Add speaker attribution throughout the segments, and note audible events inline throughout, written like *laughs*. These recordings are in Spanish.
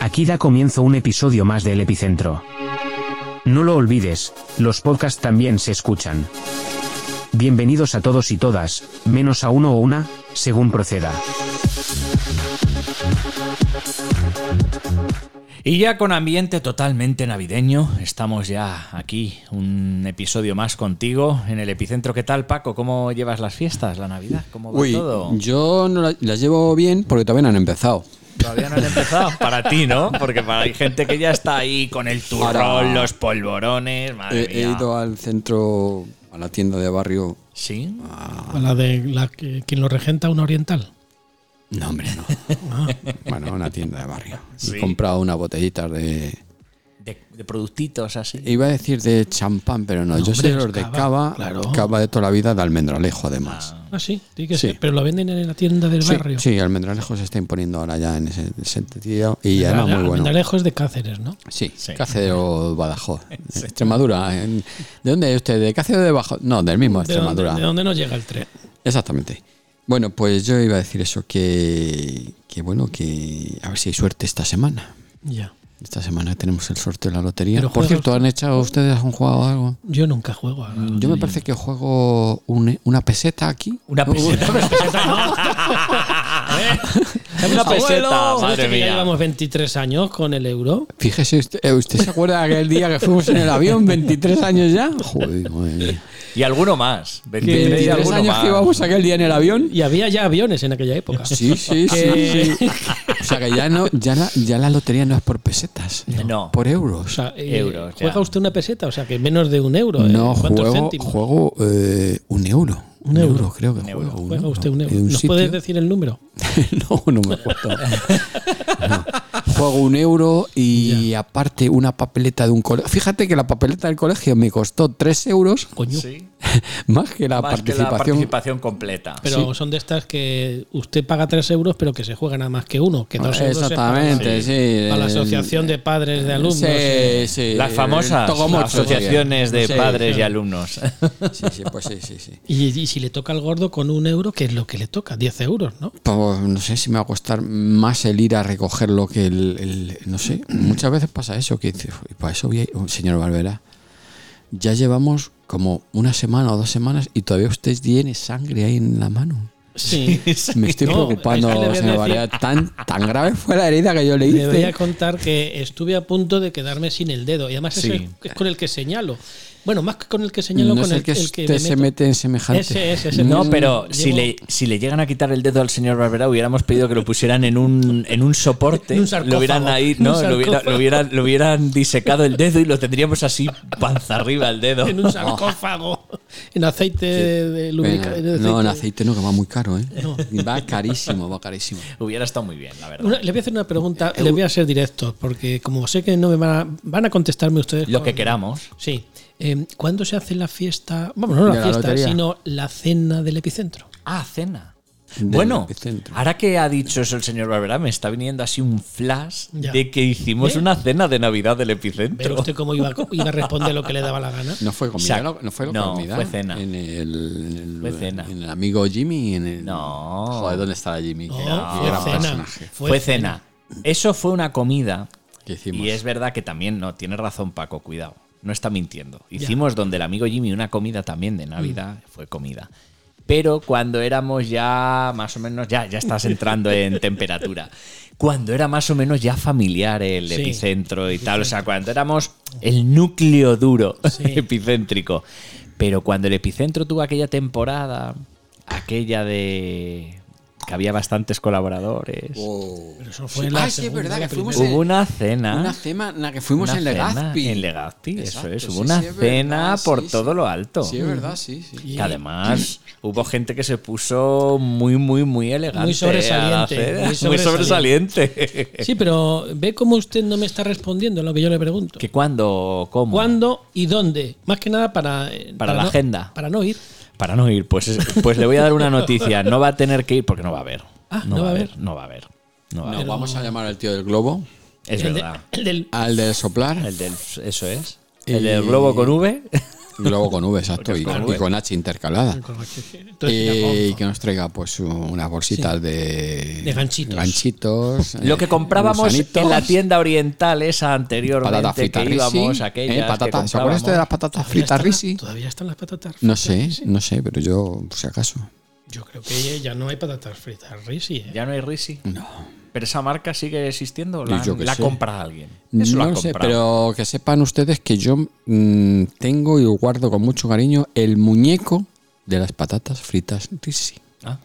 Speaker 1: Aquí da comienzo un episodio más del Epicentro. No lo olvides, los podcasts también se escuchan. Bienvenidos a todos y todas, menos a uno o una, según proceda.
Speaker 2: Y ya con ambiente totalmente navideño, estamos ya aquí, un episodio más contigo en el epicentro. ¿Qué tal, Paco? ¿Cómo llevas las fiestas, la Navidad? ¿Cómo va
Speaker 3: Uy, *laughs*
Speaker 2: todo?
Speaker 3: yo no la- las llevo bien porque todavía no han empezado.
Speaker 2: Todavía no han empezado. Para ti, ¿no? Porque para, hay gente que ya está ahí con el turrón,
Speaker 3: Ahora-
Speaker 2: los polvorones, madre
Speaker 3: He, he
Speaker 2: mía.
Speaker 3: ido al centro, a la tienda de barrio.
Speaker 2: ¿Sí?
Speaker 3: Ah.
Speaker 4: A la de la que, quien lo regenta, una oriental.
Speaker 3: No, hombre,
Speaker 4: *laughs*
Speaker 3: no. Ah, bueno, una tienda de barrio.
Speaker 2: Sí.
Speaker 3: He comprado una botellita de.
Speaker 2: De, de productitos así.
Speaker 3: Iba a decir de champán, pero no. yo
Speaker 4: hombre,
Speaker 3: soy de
Speaker 4: es
Speaker 3: los de
Speaker 4: cava,
Speaker 3: cava,
Speaker 4: claro.
Speaker 3: cava de toda la vida, de almendralejo, además.
Speaker 4: Ah, sí, tiene que
Speaker 3: Sí.
Speaker 4: ser. Pero lo venden en la tienda del
Speaker 3: sí,
Speaker 4: barrio.
Speaker 3: sí, almendralejo se está imponiendo ahora ya en ese sentido y además muy bueno.
Speaker 4: Almendralejo es de Cáceres, ¿no?
Speaker 3: Sí,
Speaker 2: Sí.
Speaker 4: *laughs*
Speaker 3: Cáceres Badajoz. Extremadura. en- ¿De dónde es usted? ¿De Cáceres o de Badajoz? No, del mismo
Speaker 4: ¿De dónde,
Speaker 3: Extremadura.
Speaker 4: de dónde nos llega el tren?
Speaker 3: Exactamente. Bueno, pues yo iba a decir eso, que, que bueno, que a ver si hay suerte esta semana.
Speaker 4: Ya.
Speaker 3: Esta semana tenemos el sorteo de la lotería.
Speaker 4: Pero
Speaker 3: Por
Speaker 4: juegas-
Speaker 3: cierto, ¿han echado ustedes han jugado algo?
Speaker 4: Yo nunca
Speaker 2: Mm.
Speaker 4: juego. A la
Speaker 3: Yo me
Speaker 4: lotería.
Speaker 3: parece que juego un- una peseta aquí.
Speaker 2: Una
Speaker 3: *laughs*
Speaker 2: peseta.
Speaker 3: Una
Speaker 2: ¿Eh? Una peseta,
Speaker 4: Abuelo, ¿sabes
Speaker 2: madre
Speaker 4: que
Speaker 2: mía.
Speaker 4: ya llevamos 23 años con el euro.
Speaker 3: Fíjese, usted, eh, ¿usted se acuerda de aquel día que fuimos en el avión? ¿23 años ya? Joder, madre mía.
Speaker 2: Y alguno más. 23 y
Speaker 3: 23
Speaker 2: alguno
Speaker 3: años
Speaker 2: más.
Speaker 3: que íbamos aquel día en el avión.
Speaker 4: Y había ya aviones en aquella época.
Speaker 3: Sí, sí, sí,
Speaker 4: Que-
Speaker 3: sí. O sea que ya no, ya la, ya la lotería no es por pesetas,
Speaker 2: No.
Speaker 3: por
Speaker 4: O
Speaker 3: euros.
Speaker 4: sea, eh,
Speaker 2: Euros,
Speaker 4: ¿Juega
Speaker 2: ya.
Speaker 4: usted una peseta? O sea, que menos de un euro. ¿eh?
Speaker 3: No,
Speaker 4: ¿Cuántos
Speaker 3: juego,
Speaker 4: céntimos?
Speaker 3: juego eh, un euro. Un
Speaker 4: euro.
Speaker 3: euro, creo que
Speaker 2: Un euro.
Speaker 3: juego. un
Speaker 4: ¿Juega
Speaker 3: euro.
Speaker 4: usted un euro?
Speaker 3: En un
Speaker 4: ¿Nos
Speaker 3: sitio-
Speaker 4: puedes decir el número?
Speaker 3: *laughs* no, no me acuerdo.
Speaker 4: *laughs*
Speaker 3: No. Juego un euro y aparte una papeleta de un colegio. Fíjate que la papeleta del colegio me costó tres euros
Speaker 4: Coño.
Speaker 2: Sí.
Speaker 3: más que la,
Speaker 2: Más que la
Speaker 3: participación.
Speaker 2: participación completa.
Speaker 4: Pero son de estas que usted paga 3 euros, pero que se juega nada más que uno. Que dos euros es
Speaker 3: Exactamente,
Speaker 4: para,
Speaker 3: sí.
Speaker 4: para la
Speaker 3: El-
Speaker 4: asociación de padres de alumnos.
Speaker 3: Eh,
Speaker 4: eh,
Speaker 3: Sí, sí.
Speaker 2: Las famosas
Speaker 3: El togomocho,
Speaker 2: asociaciones de
Speaker 3: sí.
Speaker 2: padres y alumnos.
Speaker 3: Sí, sí, pues sí, sí, sí.
Speaker 4: Y, y si le toca al gordo con un euro, ¿qué es lo que le toca? 10 euros, ¿no?
Speaker 3: Pues, no sé si me va a costar más el ir a recogerlo que el, el- no sé. Muchas veces pasa eso, que dices, "Uy, para eso voy a ir". Oh, Señor Barbera, ya llevamos como una semana o dos semanas y todavía usted tiene sangre ahí en la mano.
Speaker 4: *laughs* Sí.
Speaker 3: Me estoy
Speaker 4: No,
Speaker 3: preocupando,
Speaker 4: es que *laughs* le voy a
Speaker 3: señor
Speaker 4: decir-
Speaker 3: Barbera. Tan, tan grave fue la herida que yo le
Speaker 4: Le voy
Speaker 3: hice.
Speaker 4: a contar que estuve a punto de quedarme sin el dedo. Y además ese
Speaker 2: Sí.
Speaker 4: es con el que señalo. Bueno, más que con el que señalo,
Speaker 3: No
Speaker 4: con
Speaker 3: sé
Speaker 4: el,
Speaker 3: que
Speaker 4: el
Speaker 3: usted
Speaker 4: que me
Speaker 3: se
Speaker 4: meto.
Speaker 3: mete en semejante.
Speaker 4: Ese, ese, *laughs* ese.
Speaker 2: No,
Speaker 4: Mm,
Speaker 2: pero si
Speaker 4: llevo-
Speaker 2: le, si le llegan a quitar el dedo al señor Barbera, hubiéramos pedido que lo pusieran en un, en un soporte.
Speaker 4: *laughs* En un
Speaker 2: lo
Speaker 4: sarcófago.
Speaker 2: hubieran ahí,
Speaker 4: Un
Speaker 2: ¿no? Lo, hubiera-
Speaker 4: sarcófago.
Speaker 2: lo hubieran, lo hubieran disecado el dedo y lo tendríamos así panza arriba el dedo.
Speaker 3: *laughs*
Speaker 4: *laughs* En un sarcófago. En aceite de lubricante.
Speaker 3: Venga, No, en aceite no, que va muy caro, ¿eh? Va carísimo, va carísimo.
Speaker 2: *laughs* Hubiera estado muy bien, la verdad.
Speaker 4: Una- le voy a hacer una pregunta, le voy a ser directo, porque como sé que no me van a, van a contestarme ustedes.
Speaker 2: Lo
Speaker 4: con-
Speaker 2: que queramos.
Speaker 4: Sí. Eh, ¿Cuándo se hace la fiesta? Vamos, no la
Speaker 3: De la
Speaker 4: fiesta,
Speaker 3: lotería.
Speaker 4: sino la cena del epicentro.
Speaker 2: Ah, cena.
Speaker 3: Del
Speaker 2: Bueno,
Speaker 3: epicentro.
Speaker 2: ahora que ha dicho eso el señor Barbera, me está viniendo así un flash
Speaker 4: Ya.
Speaker 2: de que hicimos
Speaker 4: ¿Eh?
Speaker 2: una cena de Navidad del
Speaker 4: ¿Pero
Speaker 2: epicentro.
Speaker 4: usted cómo
Speaker 3: *laughs*
Speaker 4: iba, iba a responder lo que le daba la gana?
Speaker 3: No fue comida,
Speaker 2: Sac-
Speaker 3: no- no fue
Speaker 2: no,
Speaker 3: comida.
Speaker 2: fue cena.
Speaker 3: En el, en el-
Speaker 2: Fue cena.
Speaker 3: en el amigo Jimmy. En el,
Speaker 2: No.
Speaker 3: Joder, ¿dónde estaba Jimmy?
Speaker 4: No,
Speaker 3: Que era un
Speaker 4: fue
Speaker 3: gran
Speaker 4: Oh, cena.
Speaker 3: personaje.
Speaker 2: Fue, cena. Eso fue una comida.
Speaker 3: ¿Qué hicimos?
Speaker 2: Y es verdad que también, no, tiene razón Paco, cuidado. No está mintiendo. Hicimos donde el amigo Jimmy una comida también de Navidad, fue comida. Pero cuando éramos ya más o menos, ya, ya estás entrando en temperatura. Cuando era más o menos ya familiar el
Speaker 4: Sí.
Speaker 2: epicentro y tal, o sea, cuando éramos el núcleo duro *laughs* epicéntrico. Pero cuando el epicentro tuvo aquella temporada, aquella de que había bastantes colaboradores.
Speaker 3: Oh.
Speaker 4: Pero eso fue
Speaker 3: Sí. Ah,
Speaker 4: la
Speaker 3: sí, es
Speaker 4: segunda,
Speaker 3: verdad,
Speaker 4: la
Speaker 3: que fuimos
Speaker 4: primera.
Speaker 2: Hubo una cena.
Speaker 3: Una cena en la que fuimos
Speaker 2: una
Speaker 3: en
Speaker 2: cena
Speaker 3: Legazpi.
Speaker 2: En Legazpi, eso
Speaker 3: Exacto,
Speaker 2: es. Hubo
Speaker 3: sí,
Speaker 2: una
Speaker 3: sí, es
Speaker 2: cena
Speaker 3: verdad, sí,
Speaker 2: por
Speaker 3: sí.
Speaker 2: todo lo alto.
Speaker 3: Sí, es verdad, sí, sí.
Speaker 2: Y
Speaker 3: *clears throat*
Speaker 2: además hubo gente que se puso muy, muy, muy elegante.
Speaker 4: Muy sobresaliente,
Speaker 2: a la cena.
Speaker 4: muy
Speaker 2: *laughs* Muy sobresaliente.
Speaker 4: Sí, pero ve cómo usted no me está respondiendo a lo que yo le pregunto.
Speaker 2: que cuando, cómo.
Speaker 4: ¿Cuándo y dónde? Más que nada para... eh,
Speaker 2: Para la
Speaker 4: no-
Speaker 2: agenda.
Speaker 4: Para no ir.
Speaker 2: Para no ir, pues, es- pues le voy a dar una noticia. No va a tener que ir porque no va a haber.
Speaker 4: Ah, no va a haber.
Speaker 2: No va a haber. No va a
Speaker 3: No,
Speaker 2: haber.
Speaker 3: vamos a llamar al tío del globo,
Speaker 2: Es
Speaker 4: *coughs* El de-
Speaker 2: verdad.
Speaker 4: el del-
Speaker 3: al del soplar.
Speaker 2: El del, eso es.
Speaker 3: Y- *laughs*
Speaker 2: El del globo con V.
Speaker 3: Yo lo hago con V, exacto,
Speaker 2: Porque es
Speaker 3: y
Speaker 2: Pues con
Speaker 3: con,
Speaker 2: V.
Speaker 3: y con H intercalada.
Speaker 4: Correcto. Entonces,
Speaker 3: Eh, y
Speaker 4: la
Speaker 3: que nos traiga pues unas bolsitas de,
Speaker 4: De ganchitos.
Speaker 3: ganchitos,
Speaker 2: *laughs* Lo que
Speaker 3: eh,
Speaker 2: comprábamos
Speaker 3: gusanitos,
Speaker 2: en la tienda oriental esa anteriormente
Speaker 3: patatas fritas
Speaker 2: que
Speaker 3: risi,
Speaker 2: íbamos
Speaker 3: eh,
Speaker 2: aquellas que
Speaker 3: patatas. ¿Se acuerdas
Speaker 2: comprábamos.
Speaker 3: de las patatas
Speaker 4: Todavía
Speaker 3: fritas
Speaker 4: están las-
Speaker 3: risi?
Speaker 4: Todavía están las patatas fritas.
Speaker 3: No sé,
Speaker 4: Risi?
Speaker 3: no sé, pero yo por si acaso.
Speaker 4: Yo creo que ya no hay patatas fritas risi. ¿eh?
Speaker 2: Ya no hay Risi. Pero esa marca sigue existiendo.
Speaker 3: Yo
Speaker 2: La,
Speaker 3: yo qué
Speaker 2: la
Speaker 3: sé.
Speaker 2: compra alguien. Eso
Speaker 3: no
Speaker 2: lo ha
Speaker 3: lo sé,
Speaker 2: comprado.
Speaker 3: pero que sepan ustedes que yo mm, tengo y guardo con mucho cariño el muñeco de las patatas fritas risi,
Speaker 2: Ah,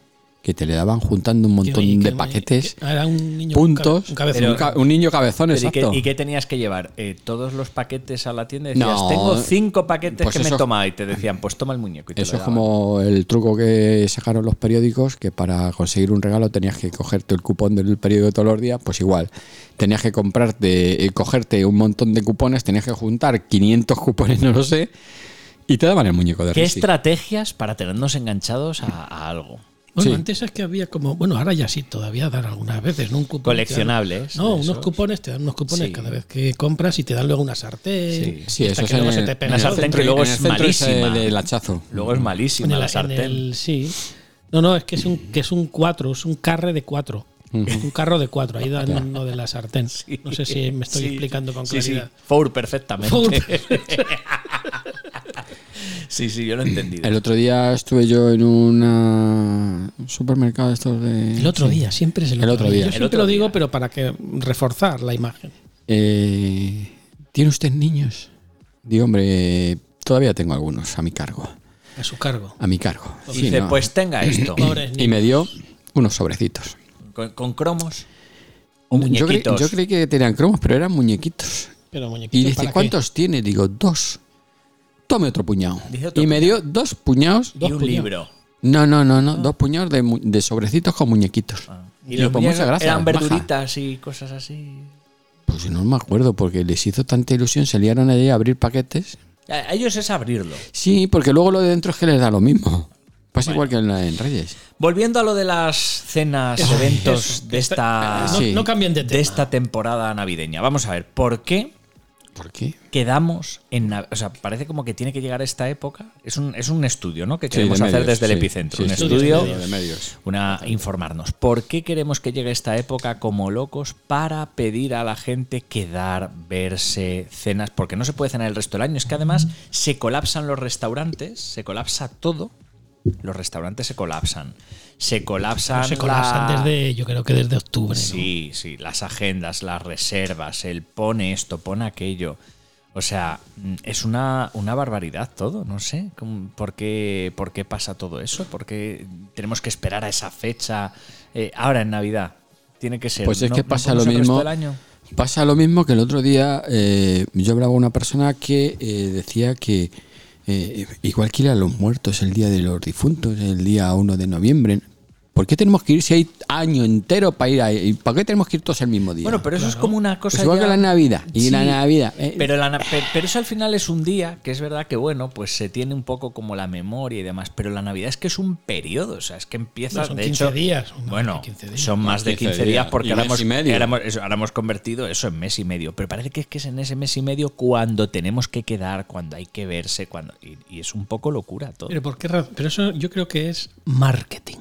Speaker 3: que te le daban juntando un
Speaker 4: Que-
Speaker 3: montón
Speaker 4: que-
Speaker 3: de
Speaker 4: que-
Speaker 3: paquetes,
Speaker 4: que- era un niño con
Speaker 3: puntos,
Speaker 4: Un,
Speaker 3: un,
Speaker 4: cabe- un cabezón.
Speaker 3: ca- un niño cabezón,
Speaker 2: pero ¿y,
Speaker 3: exacto.
Speaker 2: qué, y qué tenías que llevar? Eh, ¿Todos los paquetes a la tienda? Decías,
Speaker 3: No,
Speaker 2: tengo cinco paquetes
Speaker 3: pues
Speaker 2: que me
Speaker 3: eso-
Speaker 2: toma. Y te decían, pues toma el muñeco. y te
Speaker 3: Eso
Speaker 2: lo
Speaker 3: es
Speaker 2: daban.
Speaker 3: como el truco que sacaron los periódicos, que para conseguir un regalo tenías que cogerte el cupón del periódico todos los días, pues igual, tenías que comprarte, eh, cogerte un montón de cupones, tenías que juntar 500 cupones, *laughs* no lo sé, y te daban el muñeco de
Speaker 2: ¿Qué
Speaker 3: Risi.
Speaker 2: estrategias para tenernos enganchados a, a algo?
Speaker 4: Bueno,
Speaker 3: Sí.
Speaker 4: antes es que había como. Bueno, ahora ya sí, todavía dan algunas veces, ¿no? Un cupón.
Speaker 2: Coleccionables.
Speaker 4: No,
Speaker 2: de
Speaker 4: unos
Speaker 2: esos.
Speaker 4: cupones, te dan unos cupones
Speaker 2: Sí.
Speaker 4: cada vez que compras y te dan luego una sartén.
Speaker 2: Sí.
Speaker 3: Sí, eso
Speaker 4: esta que
Speaker 3: es en
Speaker 4: luego se
Speaker 3: el-
Speaker 4: te
Speaker 2: en
Speaker 4: pega
Speaker 2: el
Speaker 4: todo.
Speaker 2: sartén
Speaker 4: En
Speaker 2: que luego es
Speaker 3: centro ese
Speaker 2: malísima.
Speaker 3: del hachazo.
Speaker 2: Luego es malísima
Speaker 4: el-
Speaker 2: la
Speaker 4: en
Speaker 2: sartén.
Speaker 4: el- sí. No, no, es que es un, que es un cuatro, es un carre de cuatro.
Speaker 3: Mm.
Speaker 4: Un carro de cuatro,
Speaker 3: *laughs*
Speaker 4: ahí dan uno de la sartén. No sé si me estoy
Speaker 2: Sí.
Speaker 4: explicando con
Speaker 2: Sí, sí. *laughs*
Speaker 4: claridad.
Speaker 2: Four perfectamente. *laughs*
Speaker 4: Four
Speaker 2: sí, sí, yo lo he entendido.
Speaker 3: El otro día estuve yo en una- un supermercado de estos de...
Speaker 4: El otro
Speaker 3: sí.
Speaker 4: día, siempre es el,
Speaker 3: El otro día.
Speaker 4: Yo
Speaker 3: El
Speaker 4: siempre
Speaker 2: otro
Speaker 4: lo digo,
Speaker 2: día.
Speaker 4: pero para que reforzar la imagen.
Speaker 3: Eh, ¿Tiene usted niños? Digo, hombre, todavía tengo algunos a mi cargo.
Speaker 4: A su cargo.
Speaker 3: A mi cargo.
Speaker 2: Y
Speaker 3: Sí,
Speaker 2: dice,
Speaker 3: no.
Speaker 2: pues tenga esto.
Speaker 4: Pobres
Speaker 3: Y
Speaker 4: niños.
Speaker 3: me dio unos sobrecitos.
Speaker 2: Con, con cromos. O
Speaker 3: Yo creí,
Speaker 2: muñequitos.
Speaker 3: yo creí que tenían cromos, pero eran muñequitos.
Speaker 4: Pero
Speaker 3: Y
Speaker 4: muñequitos, ¿para
Speaker 3: dice,
Speaker 4: qué?
Speaker 3: ¿cuántos tiene? Digo, dos. Tome otro puñado.
Speaker 2: Dice otro
Speaker 3: Y me dio dos puñados.
Speaker 2: y un libro.
Speaker 3: No, no, no, no. Dos puñados de, mu- de sobrecitos con muñequitos.
Speaker 2: Ah. Y
Speaker 3: Digo,
Speaker 2: los
Speaker 3: pues
Speaker 2: míos
Speaker 3: muchas gracias.
Speaker 2: eran
Speaker 3: maja.
Speaker 2: verduritas y cosas así.
Speaker 3: Pues no me acuerdo, porque les hizo tanta ilusión, se liaron allí a abrir paquetes.
Speaker 2: A a ellos es abrirlo.
Speaker 3: Sí, porque luego lo de dentro es que les da lo mismo. Pasa igual que en, la- en Reyes.
Speaker 2: Volviendo a lo de las cenas,
Speaker 4: Eso,
Speaker 2: eventos
Speaker 4: eso.
Speaker 2: de esta,
Speaker 4: No,
Speaker 3: Sí.
Speaker 4: no cambien de tema.
Speaker 2: de esta temporada navideña. Vamos a ver, ¿por qué
Speaker 3: ¿Por qué?
Speaker 2: quedamos en Nav- O sea, parece como que tiene que llegar esta época. Es un, es un estudio, ¿no? Que
Speaker 3: Sí, de
Speaker 2: queremos hacer
Speaker 3: medios,
Speaker 2: desde el
Speaker 3: sí,
Speaker 2: epicentro.
Speaker 3: sí,
Speaker 2: un
Speaker 3: sí,
Speaker 2: estudio.
Speaker 3: de medios.
Speaker 2: Una, informarnos. ¿Por qué queremos que llegue esta época como locos para pedir a la gente quedar, verse, cenas? Porque no se puede cenar el resto del año. Es que además se colapsan los restaurantes, se colapsa todo. Los restaurantes se colapsan. Se colapsan.
Speaker 4: No se colapsan
Speaker 2: la-
Speaker 4: desde, yo creo que desde octubre. ¿no?
Speaker 2: Sí, sí, las agendas, las reservas, el pone esto, pone aquello. O sea, mm, es una, una barbaridad todo, no sé. cómo- ¿Por qué, ¿Por qué pasa todo eso? ¿Por qué tenemos que esperar a esa fecha eh, ahora en Navidad? Tiene que ser.
Speaker 3: Pues es
Speaker 2: Eh, ¿no-
Speaker 3: que
Speaker 2: no
Speaker 3: pasa
Speaker 2: podemos
Speaker 3: lo
Speaker 2: el resto
Speaker 3: mismo.
Speaker 2: del año?
Speaker 3: Pasa lo mismo que el otro día eh, yo hablaba con una persona que eh, decía que eh, igual que ir a los muertos el día de los difuntos, el día 1 de noviembre. ¿Por qué tenemos que ir si hay año entero para ir ahí? ¿Para qué tenemos que ir todos el mismo día?
Speaker 2: Bueno, pero eso es como una cosa.
Speaker 3: Pues igual
Speaker 2: ya-
Speaker 3: que la Navidad. Y
Speaker 2: Sí,
Speaker 3: la Navidad. eh,
Speaker 2: Pero, la na- pe- pero eso al final es un día que es verdad que, bueno, pues se tiene un poco como la memoria y demás. Pero la Navidad es que es un periodo, o sea, es que empieza.
Speaker 4: No, son
Speaker 2: de
Speaker 4: 15
Speaker 2: hecho,
Speaker 4: días, son más
Speaker 2: Bueno,
Speaker 4: de 15 días.
Speaker 2: son más de 15 días porque
Speaker 3: Y
Speaker 2: ahora
Speaker 3: mes
Speaker 2: hemos,
Speaker 3: y medio.
Speaker 2: ahora hemos- eso, ahora hemos convertido eso en mes y medio. Pero parece que es que es en ese mes y medio cuando tenemos que quedar, cuando hay que verse, cuando. Y, y es un poco locura todo.
Speaker 4: Pero, ¿por qué razón? Pero eso yo creo que es marketing.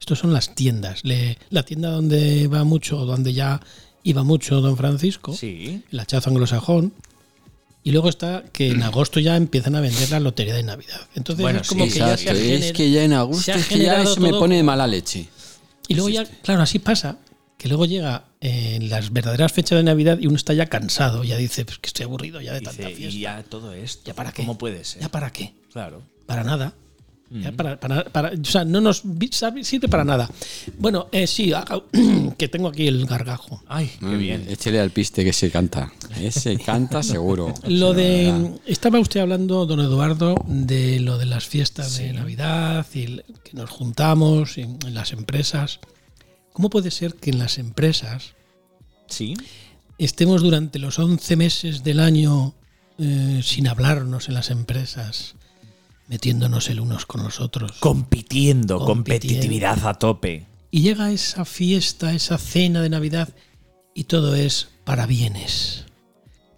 Speaker 4: Estos son las tiendas. Le- la tienda donde va mucho, donde ya iba mucho Don Francisco,
Speaker 2: sí.
Speaker 4: el hachazo anglosajón. Y luego está que en agosto ya empiezan a vender la lotería de Navidad. Entonces
Speaker 2: Bueno,
Speaker 4: es como
Speaker 2: sí,
Speaker 4: que ya se ha
Speaker 3: Exacto, es
Speaker 4: gener-
Speaker 3: que ya en
Speaker 4: se
Speaker 3: agosto
Speaker 4: ha
Speaker 3: es que ya
Speaker 4: generado
Speaker 3: eso me
Speaker 4: todo
Speaker 3: pone de mala leche.
Speaker 4: Y luego ya, claro, así pasa, que luego llega eh, las verdaderas fechas de Navidad y uno está ya cansado, ya dice, pues que estoy aburrido ya de tanta
Speaker 2: Dice,
Speaker 4: fiesta.
Speaker 2: y ya todo esto.
Speaker 4: ¿Ya para qué?
Speaker 2: ¿Cómo puede ser?
Speaker 4: ¿Ya para qué?
Speaker 2: Claro.
Speaker 4: Para nada. Ya para- para- para- o sea, no nos vi- sabe- sirve para nada. Bueno, eh, sí, haga- *clears throat* que tengo aquí el gargajo.
Speaker 2: Ay, qué bien.
Speaker 3: Mm, Échele al piste que se canta. Ese
Speaker 2: *laughs*
Speaker 3: canta seguro.
Speaker 2: pues
Speaker 4: Lo de. Estaba usted hablando, don Eduardo, de lo de las fiestas de Navidad y el- que nos juntamos en, en las empresas. ¿Cómo puede ser que en las empresas
Speaker 2: Sí.
Speaker 4: estemos durante los 11 meses del año eh, sin hablarnos en las empresas, metiéndonos el unos con los otros?
Speaker 2: Compitiendo, competitividad
Speaker 4: competitividad
Speaker 2: a tope.
Speaker 4: Y llega esa fiesta, esa cena de Navidad y todo es para bienes,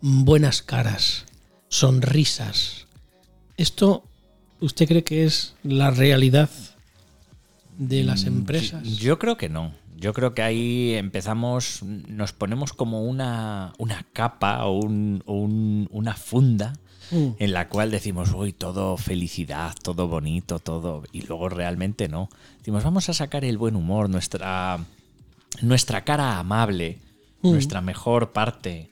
Speaker 4: buenas caras, sonrisas, ¿Esto usted cree que es la realidad
Speaker 3: Mm,
Speaker 4: de las empresas?
Speaker 2: Yo, creo que no. Yo creo que ahí empezamos, nos ponemos como una, una capa o un- o un- una funda
Speaker 4: Mm.
Speaker 2: en la cual decimos, uy, todo felicidad, todo bonito, todo. Y luego realmente no. Decimos, vamos a sacar el buen humor, nuestra, nuestra cara amable,
Speaker 4: Mm.
Speaker 2: nuestra mejor parte,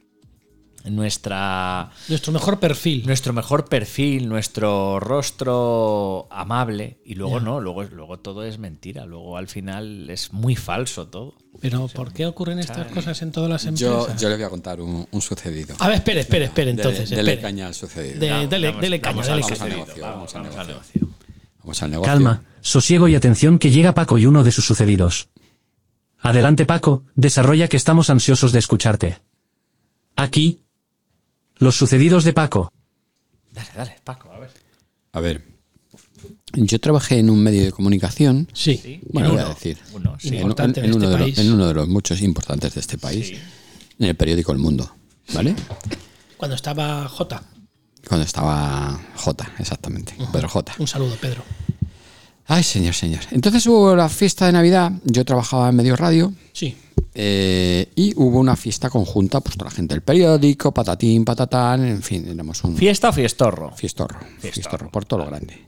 Speaker 2: nuestra,
Speaker 4: Nuestro mejor perfil.
Speaker 2: nuestro mejor perfil, nuestro rostro amable. Y luego no, luego, luego todo es mentira. Luego al final es muy falso todo.
Speaker 4: Pero ¿por qué ocurren estas cosas en todas las
Speaker 3: Yo,
Speaker 4: empresas?
Speaker 3: yo le voy a contar un, un sucedido.
Speaker 4: A ver, espere, espere, espere,
Speaker 3: Dele-
Speaker 4: entonces.
Speaker 3: dele
Speaker 4: espere.
Speaker 3: caña al
Speaker 2: Eh,
Speaker 3: sucedido.
Speaker 4: De- dele-
Speaker 2: Vamos-
Speaker 4: dele caña,
Speaker 2: vamos
Speaker 4: dele
Speaker 2: al
Speaker 4: caña.
Speaker 2: sucedido,
Speaker 3: Vamos al
Speaker 2: vamos- vamos
Speaker 3: negocio.
Speaker 2: al negocio.
Speaker 3: Vamos al negocio.
Speaker 1: Calma, sosiego y atención que llega Paco y uno de sus sucedidos. Adelante Paco, desarrolla que estamos ansiosos de escucharte. Aquí. Los sucedidos de Paco.
Speaker 2: Dale, dale, Paco, a ver.
Speaker 3: A ver, yo trabajé en un medio de comunicación.
Speaker 4: Sí.
Speaker 2: Sí.
Speaker 3: Bueno,
Speaker 4: En
Speaker 3: voy a
Speaker 4: uno.
Speaker 3: decir.
Speaker 2: Uno, sí.
Speaker 3: en-
Speaker 4: Importante
Speaker 3: en,
Speaker 4: de
Speaker 3: uno
Speaker 4: este
Speaker 3: de los,
Speaker 4: país.
Speaker 3: en uno de los muchos importantes de este país.
Speaker 2: Sí.
Speaker 3: En el periódico El Mundo, ¿vale?
Speaker 4: Cuando estaba J.
Speaker 3: Cuando estaba J, exactamente. Pedro J.
Speaker 4: Un saludo, Pedro.
Speaker 3: Ay, señor, señor. Entonces hubo la fiesta de Navidad. Yo trabajaba en medio radio.
Speaker 4: Sí.
Speaker 3: eh, y hubo una fiesta conjunta, pues toda la gente del periódico, patatín, patatán, en fin, éramos un
Speaker 2: ¿Fiesta o fiestorro?
Speaker 3: fiestorro, fiestorro, por todo lo grande.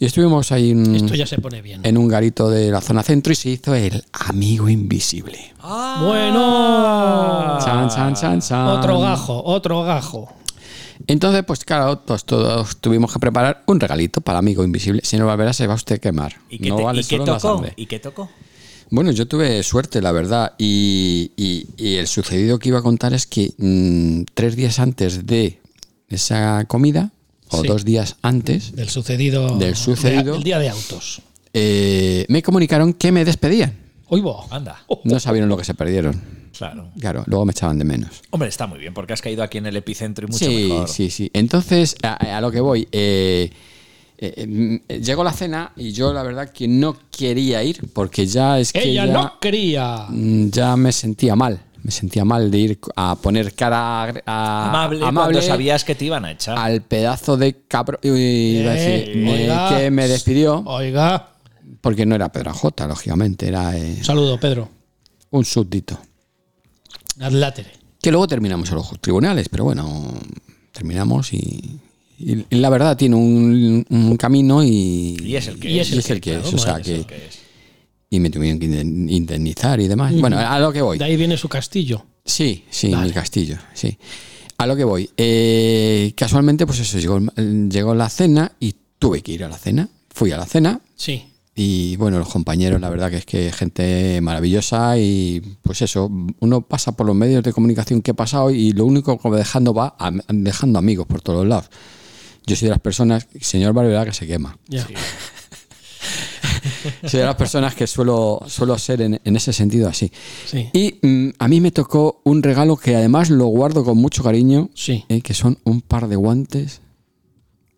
Speaker 3: Y estuvimos ahí en-
Speaker 4: Esto ya se pone bien.
Speaker 3: en un garito de la zona centro y se hizo el amigo invisible.
Speaker 2: Ah.
Speaker 4: Bueno.
Speaker 3: Chan, chan, chan, chan.
Speaker 4: Otro gajo, otro gajo.
Speaker 3: Entonces, pues claro, todos, todos tuvimos que preparar un regalito para el amigo invisible. Si no, Valvera se va usted a quemar.
Speaker 2: ¿Y qué,
Speaker 3: no
Speaker 2: te-
Speaker 3: vale
Speaker 2: y qué
Speaker 3: solo la
Speaker 2: tocó?
Speaker 3: sangre.
Speaker 2: ¿Y qué tocó?
Speaker 3: Bueno, yo tuve suerte, la verdad. Y, y- y el sucedido que iba a contar es que mm, tres días antes de esa comida, o
Speaker 4: Sí.
Speaker 3: dos días antes,
Speaker 4: Del sucedido.
Speaker 3: Del sucedido.
Speaker 4: de- el día de autos.
Speaker 3: eh, me comunicaron que me despedían.
Speaker 4: Hoy vos.
Speaker 2: Anda.
Speaker 3: No sabieron lo que se perdieron.
Speaker 2: Claro.
Speaker 3: Claro, luego me echaban de menos.
Speaker 2: Hombre, está muy bien, porque has caído aquí en el epicentro y mucho
Speaker 3: sí,
Speaker 2: mejor.
Speaker 3: sí, sí. Entonces, a, a lo que voy, eh, eh, mm, eh, llegó la cena y yo la verdad que no quería ir porque ya es que
Speaker 4: Ella
Speaker 3: ya,
Speaker 4: no quería.
Speaker 3: mm, ya me sentía mal. Me sentía mal de ir a poner cara agre- a-
Speaker 2: Amable, cuando sabías que te iban a echar.
Speaker 3: al pedazo de cabrón
Speaker 2: Eh,
Speaker 3: eh, que me despidió
Speaker 4: Oiga.
Speaker 3: porque no era Pedro J, lógicamente, era eh,
Speaker 4: Un saludo, Pedro.
Speaker 3: un súbdito.
Speaker 4: Adlátere.
Speaker 3: Que luego terminamos en los tribunales, pero bueno, terminamos y, y- y la verdad tiene un, un camino y,
Speaker 2: Y es el que
Speaker 4: Y
Speaker 2: es.
Speaker 4: es el que-
Speaker 3: es.
Speaker 4: claro,
Speaker 3: o sea
Speaker 4: madre,
Speaker 3: que,
Speaker 2: que es.
Speaker 3: y me tuvieron que inden- indemnizar y demás. Bueno, a lo que voy.
Speaker 4: De ahí viene su castillo.
Speaker 3: Sí, sí, mi castillo, sí. A lo que voy. eh, casualmente, pues eso, llegó, el- llegó la cena y tuve que ir a la cena. Fui a la cena
Speaker 4: Sí.
Speaker 3: y bueno, los compañeros, la verdad que es que gente maravillosa y pues eso, uno pasa por los medios de comunicación que he pasado y lo único que va dejando va am- dejando amigos por todos lados. Yo soy de las personas, señor Barbera, que se quema.
Speaker 4: Ya.
Speaker 3: Soy de las personas que suelo, suelo ser en, en ese sentido así.
Speaker 4: Sí.
Speaker 3: Y mm, a mí me tocó un regalo que además lo guardo con mucho cariño,
Speaker 4: Sí.
Speaker 3: eh, que son un par de guantes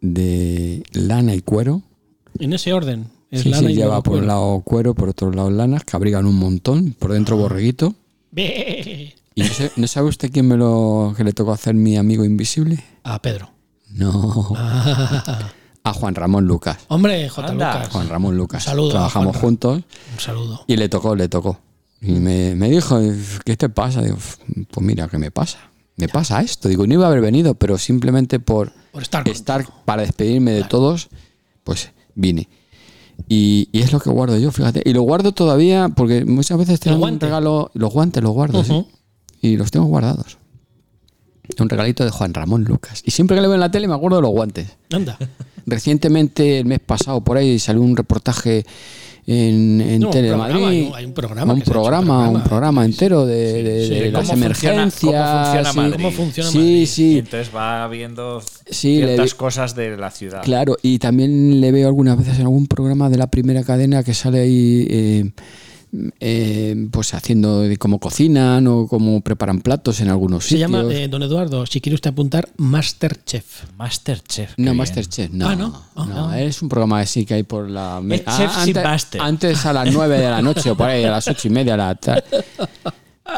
Speaker 3: de lana y cuero.
Speaker 4: En ese orden. Es
Speaker 3: Sí,
Speaker 4: lana
Speaker 3: sí,
Speaker 4: y
Speaker 3: lleva
Speaker 4: luego
Speaker 3: por un
Speaker 4: cuero.
Speaker 3: lado cuero, por otro lado lanas, que abrigan un montón, por
Speaker 4: Ah.
Speaker 3: dentro borreguito.
Speaker 4: Bien.
Speaker 3: ¿Y no, sé- no sabe usted quién me lo que le tocó hacer mi amigo invisible?
Speaker 4: A Pedro.
Speaker 3: No.
Speaker 4: Ah.
Speaker 3: A Juan Ramón Lucas.
Speaker 4: Hombre, J.
Speaker 2: Anda.
Speaker 4: Lucas.
Speaker 3: Juan Ramón Lucas.
Speaker 4: Un saludo a
Speaker 3: Trabajamos
Speaker 4: Juanra.
Speaker 3: juntos
Speaker 4: Un saludo.
Speaker 3: y le tocó, le tocó. Y me, me dijo, ¿qué te pasa? Digo, pues mira, ¿qué me pasa? Me pasa esto. Digo, no iba a haber venido, pero simplemente por
Speaker 4: Por estar. con-
Speaker 3: estar para despedirme de todos, pues vine. Y, y es lo que guardo yo, fíjate. Y lo guardo todavía porque muchas veces tengo un
Speaker 4: guante.
Speaker 3: regalo, los guantes los guardo, sí.
Speaker 4: Ujú.
Speaker 3: Y los tengo guardados. Un regalito de Juan Ramón Lucas. Y siempre que lo veo en la tele me acuerdo de los guantes.
Speaker 4: Anda.
Speaker 3: Recientemente, el mes pasado, por ahí salió un reportaje en, en
Speaker 4: No, un programa,
Speaker 3: Telemadrid.
Speaker 4: hay un- hay un programa
Speaker 3: Un
Speaker 4: que se ha hecho, un
Speaker 3: programa, un
Speaker 4: programa.
Speaker 3: programa entero de, de-
Speaker 4: sí,
Speaker 3: de
Speaker 4: de
Speaker 3: las
Speaker 2: cómo funciona- cómo
Speaker 3: emergencias.
Speaker 2: funciona
Speaker 3: sí.
Speaker 2: Madrid.
Speaker 4: ¿Cómo funciona
Speaker 3: Sí,
Speaker 4: Madrid?
Speaker 2: Y
Speaker 3: sí.
Speaker 2: entonces va viendo
Speaker 3: Sí, le
Speaker 2: ciertas
Speaker 3: di-
Speaker 2: cosas de la
Speaker 4: Ah.
Speaker 2: ciudad.
Speaker 3: Claro, y también le veo algunas veces en algún programa de la primera cadena que sale ahí, eh, eh, pues haciendo de cómo cocinan o cómo preparan platos en algunos
Speaker 4: Se
Speaker 3: sitios.
Speaker 4: llama, eh, don Eduardo, si quiere usted apuntar, Masterchef.
Speaker 2: Masterchef. qué
Speaker 3: no,
Speaker 2: bien.
Speaker 3: Masterchef, no.
Speaker 4: Ah, ¿no? Ah,
Speaker 3: no, Es un programa así que hay por la.
Speaker 2: Es Chef sin
Speaker 3: antes,
Speaker 2: Master.
Speaker 3: antes a las 9 de la noche o por ahí, a las ocho y media, a la ta-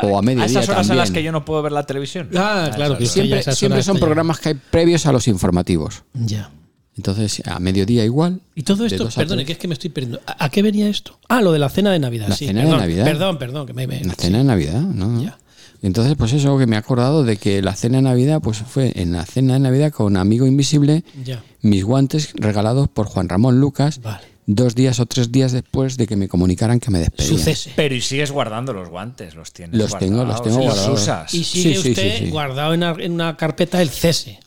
Speaker 3: o a mediodía.
Speaker 2: A esas horas a las
Speaker 3: también.
Speaker 2: que yo no puedo ver la televisión.
Speaker 4: Ah, claro
Speaker 3: Siempre,
Speaker 4: que sí, ya esas
Speaker 3: siempre
Speaker 4: horas
Speaker 3: son
Speaker 4: estoy-
Speaker 3: programas que hay previos a los informativos.
Speaker 4: Ya.
Speaker 3: Entonces, a mediodía igual.
Speaker 4: Y todo
Speaker 3: de
Speaker 4: esto,
Speaker 3: dos a
Speaker 4: perdone,
Speaker 3: tres.
Speaker 4: que es que me estoy perdiendo. ¿A, a qué venía esto? Ah, lo de la cena de Navidad.
Speaker 3: La
Speaker 4: sí,
Speaker 3: cena de
Speaker 4: perdón,
Speaker 3: Navidad.
Speaker 4: Perdón, perdón, que me. me-
Speaker 3: La cena de Navidad, ¿no?
Speaker 4: Ya.
Speaker 3: Y entonces, pues eso que me he acordado de que la cena de Navidad, pues fue en la cena de Navidad con Amigo Invisible,
Speaker 4: Ya.
Speaker 3: mis guantes regalados por Juan Ramón Lucas,
Speaker 4: Vale.
Speaker 3: dos días o tres días después de que me comunicaran que me despedían.
Speaker 4: Sucese.
Speaker 2: Pero y sigues guardando los guantes, los tienes.
Speaker 3: Los tengo, los
Speaker 2: guardados,
Speaker 3: tengo
Speaker 2: y
Speaker 3: guardados.
Speaker 2: usas.
Speaker 4: Y sigue
Speaker 3: Sí, sí,
Speaker 4: usted
Speaker 3: sí, sí.
Speaker 4: guardado en, ar- en una carpeta el
Speaker 3: *laughs*
Speaker 4: cese.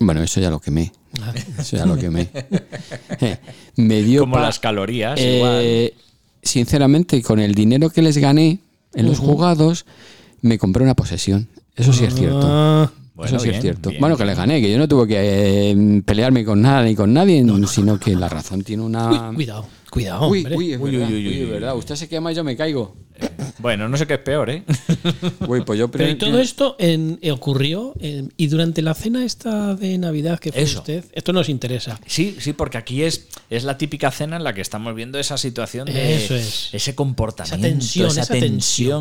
Speaker 3: Bueno, eso ya lo quemé. Eso ya lo
Speaker 2: *laughs*
Speaker 3: quemé. Eh, me dio
Speaker 2: Como
Speaker 3: pa-
Speaker 2: las calorías, igual.
Speaker 3: Eh, Sinceramente, con el dinero que les gané en los jugados, me compré una posesión. Eso sí es cierto.
Speaker 4: Ah,
Speaker 2: Bueno,
Speaker 3: Eso sí
Speaker 2: bien,
Speaker 3: es cierto.
Speaker 2: bien.
Speaker 3: Bueno, que les gané, que yo no tuve que eh, pelearme con nada ni con nadie, sino que la razón tiene una.
Speaker 4: uy, cuidado, cuidado,
Speaker 3: Uy,
Speaker 4: hombre.
Speaker 3: uy, es
Speaker 2: Uy, uy,
Speaker 3: verdad,
Speaker 2: uy, uy,
Speaker 3: uy, es
Speaker 2: uy,
Speaker 3: verdad. Usted se quema y yo
Speaker 2: *laughs*
Speaker 3: me caigo.
Speaker 2: Bueno, no sé qué es peor, ¿eh? *laughs*
Speaker 3: Uy, pues yo
Speaker 4: Pero y
Speaker 3: primero-
Speaker 4: todo esto en- eh, ocurrió en- y durante la cena esta de Navidad que fue
Speaker 2: Eso.
Speaker 4: usted, esto nos interesa.
Speaker 2: Sí, sí, porque aquí es, es la típica cena en la que estamos viendo esa situación de
Speaker 4: Eso es.
Speaker 2: ese
Speaker 4: Esa
Speaker 2: comportamiento, esa
Speaker 4: tensión, esa,
Speaker 2: tensión,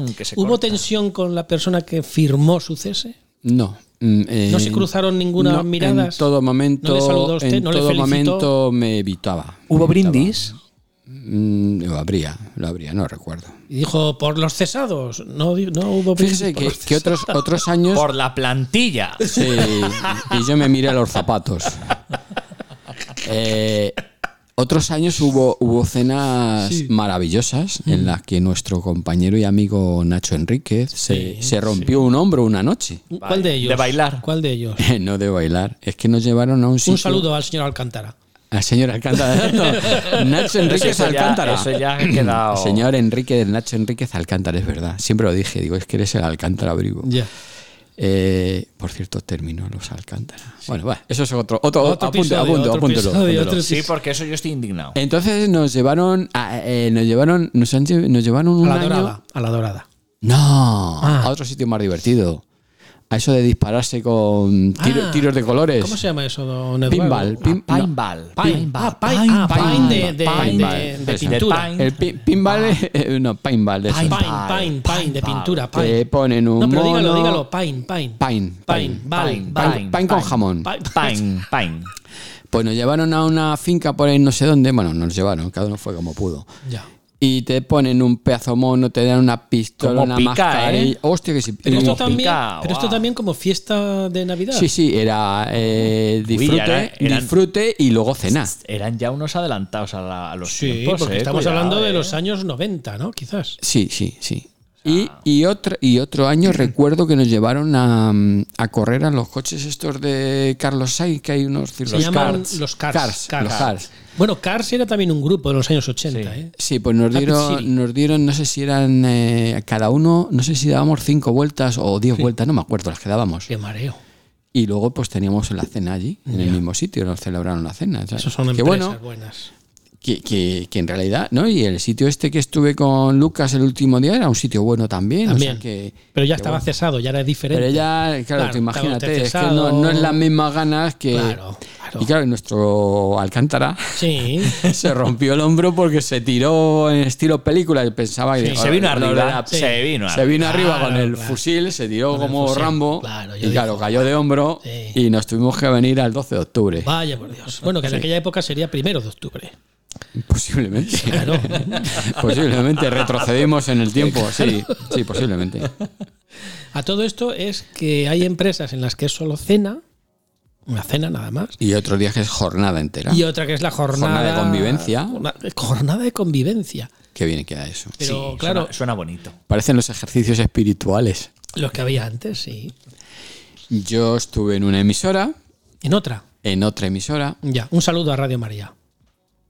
Speaker 4: tensión.
Speaker 2: que se
Speaker 4: ¿Hubo
Speaker 2: corta.
Speaker 4: tensión con la persona que firmó su cese?
Speaker 3: No. mm, eh,
Speaker 4: ¿No se cruzaron ninguna
Speaker 3: no,
Speaker 4: miradas?
Speaker 3: En todo momento.
Speaker 4: ¿No le saludó usted?
Speaker 3: En
Speaker 4: ¿No le
Speaker 3: todo
Speaker 4: felicitó?
Speaker 3: momento me evitaba.
Speaker 2: ¿Hubo
Speaker 3: me evitaba.
Speaker 2: brindis?
Speaker 3: Mm, lo habría, lo habría, no recuerdo.
Speaker 4: Y dijo, por los cesados. No, di- no hubo
Speaker 3: Fíjese
Speaker 4: por
Speaker 3: que,
Speaker 4: los
Speaker 3: que
Speaker 4: cesados.
Speaker 3: otros, otros años.
Speaker 2: Por la plantilla.
Speaker 3: Sí, y yo me miré a los zapatos. Eh, otros años hubo, hubo cenas maravillosas
Speaker 2: Mm.
Speaker 3: en las que nuestro compañero y amigo Nacho Enríquez se, se rompió un hombro una noche. *laughs*
Speaker 4: ¿Cuál de ellos?
Speaker 2: De bailar.
Speaker 4: ¿Cuál de ellos?
Speaker 3: No de bailar, es que nos llevaron a un sitio.
Speaker 4: Un saludo al señor Alcántara.
Speaker 3: Al señor
Speaker 2: *laughs*
Speaker 3: Alcántara. No, Nacho
Speaker 2: Eso,
Speaker 3: Enríquez
Speaker 2: ya-
Speaker 3: Alcántara.
Speaker 2: eso ya oh. ha quedado.
Speaker 3: Señor Enríquez, Nacho Enríquez Alcántara, es verdad. Siempre lo dije, digo, es que eres el Alcántara vivo.
Speaker 4: Ya.
Speaker 3: Eh, por cierto, terminó los Alcántara. Bueno, va, eso es otro, otro,
Speaker 4: Otro
Speaker 3: apunte,
Speaker 4: episodio,
Speaker 3: apunto,
Speaker 4: otro
Speaker 3: apúntelo,
Speaker 4: episodio,
Speaker 3: apúntelo.
Speaker 4: otro-
Speaker 2: Sí, porque eso yo estoy indignado.
Speaker 3: Eh, Entonces nos llevaron, a- eh, nos llevaron, nos, han lle- nos llevaron
Speaker 4: A
Speaker 3: un
Speaker 4: la
Speaker 3: año-
Speaker 4: dorada. A la dorada.
Speaker 3: No,
Speaker 4: Ah.
Speaker 3: a otro sitio más divertido. A eso de dispararse con tiro-
Speaker 4: Ah.
Speaker 3: tiros de colores.
Speaker 4: ¿Cómo se llama Ah, eso, don Eduardo?
Speaker 3: Pinball, pin- no.
Speaker 2: Pinball.
Speaker 4: Pine. Ah, pine, ah, pine de, de-
Speaker 3: Pinball.
Speaker 4: de- de
Speaker 3: Eso.
Speaker 4: pintura.
Speaker 2: Pine.
Speaker 3: El pi- pinball, eh, no, paintball. eso.
Speaker 4: Ah. Pine, pine, pine, de pintura. Pine.
Speaker 3: Te ponen un
Speaker 4: no, pero dígalo,
Speaker 3: mono.
Speaker 4: dígalo. Pine, pine.
Speaker 3: Pine,
Speaker 4: Pine, bal,
Speaker 2: Pine,
Speaker 4: bal,
Speaker 2: pine.
Speaker 3: Pan con jamón.
Speaker 4: pine.
Speaker 2: Pine, pine.
Speaker 3: Pues nos llevaron a una finca por ahí no sé dónde. Bueno, nos llevaron, cada uno fue como pudo.
Speaker 4: Ya.
Speaker 3: Y te ponen un pedazo mono, te dan una pistola,
Speaker 2: Como
Speaker 3: una
Speaker 2: pica,
Speaker 3: mascarilla.
Speaker 2: ¿eh?
Speaker 3: Hostia, que sí.
Speaker 4: Pero,
Speaker 3: y-
Speaker 4: esto
Speaker 2: Como
Speaker 4: también,
Speaker 2: pica,
Speaker 4: pero
Speaker 2: guau.
Speaker 4: esto también como fiesta de Navidad.
Speaker 3: Sí, sí, era eh, disfrute,
Speaker 2: Uy, era- eran-
Speaker 3: disfrute y luego cena.
Speaker 2: Eran ya unos adelantados a, la- a los
Speaker 4: Sí,
Speaker 3: pues
Speaker 2: tiempos,
Speaker 4: porque
Speaker 2: eh,
Speaker 4: estamos
Speaker 2: cuidado,
Speaker 4: hablando de
Speaker 2: eh.
Speaker 4: los años 90, ¿no? Quizás.
Speaker 3: Sí, sí, sí. Y, y otro, y otro
Speaker 2: *clears throat*
Speaker 3: año recuerdo que nos llevaron a, mm, a correr a los coches estos de Carlos Sainz, que hay unos circos
Speaker 4: llaman
Speaker 3: karts.
Speaker 4: los karts.
Speaker 3: Karts, los
Speaker 4: Karts.
Speaker 3: karts.
Speaker 4: Bueno, Cars era también un grupo de los años 80, ¿eh?
Speaker 3: Sí, pues nos
Speaker 4: Rapid City.
Speaker 3: dieron, nos dieron, no sé si eran eh, cada uno, no sé si dábamos cinco vueltas o diez vueltas, no me acuerdo las que dábamos.
Speaker 4: Qué mareo.
Speaker 3: Y luego pues teníamos la cena allí, en el mismo sitio, nos celebraron la cena. ¿sabes?
Speaker 4: Esas son
Speaker 3: que
Speaker 4: empresas
Speaker 3: bueno,
Speaker 4: buenas.
Speaker 3: que, que- que en realidad, ¿no? Y el sitio este que estuve con Lucas el último día era un sitio bueno también. o sea
Speaker 4: También.
Speaker 3: que,
Speaker 4: pero ya estaba cesado, ya era diferente.
Speaker 3: pero ella, claro,
Speaker 4: Claro,
Speaker 3: tú
Speaker 4: estaba
Speaker 3: imagínate,
Speaker 4: usted
Speaker 3: es que no, no es las mismas ganas que...
Speaker 4: Claro, claro.
Speaker 3: Y claro, nuestro Alcántara *laughs*
Speaker 4: Sí.
Speaker 3: se rompió el hombro porque se tiró en estilo película y pensaba que...
Speaker 4: Sí,
Speaker 2: Se vino
Speaker 3: "Lo de
Speaker 2: arriba.
Speaker 3: la-
Speaker 4: sí.
Speaker 2: Se vino
Speaker 3: se
Speaker 2: arriba.
Speaker 3: vino arriba
Speaker 4: Claro,
Speaker 3: con el
Speaker 4: claro.
Speaker 3: fusil, se tiró
Speaker 4: Con el
Speaker 3: como
Speaker 4: fusil,
Speaker 3: Rambo
Speaker 4: claro, yo
Speaker 3: y claro,
Speaker 4: digo,
Speaker 3: cayó de hombro
Speaker 4: sí.
Speaker 3: y nos tuvimos que venir al 12 de octubre,
Speaker 4: Vaya por Dios. Bueno, que en aquella época sería primero de octubre.
Speaker 3: posiblemente.
Speaker 4: *laughs* Claro.
Speaker 3: *laughs* Posiblemente retrocedimos en el tiempo, sí, sí, posiblemente.
Speaker 4: A todo esto es que hay empresas en las que es solo cena, una cena nada más,
Speaker 3: Y otro día que es jornada entera.
Speaker 4: y otra que es la jornada,
Speaker 3: Jornada de convivencia.
Speaker 4: Una- jornada de convivencia.
Speaker 3: Qué bien queda eso.
Speaker 4: Pero
Speaker 2: Sí,
Speaker 4: claro,
Speaker 2: Suena, suena bonito.
Speaker 3: Parecen los ejercicios espirituales.
Speaker 4: los que había antes, sí.
Speaker 3: Yo estuve en una emisora,
Speaker 4: En otra,
Speaker 3: en otra emisora.
Speaker 4: ya. Un saludo a Radio María.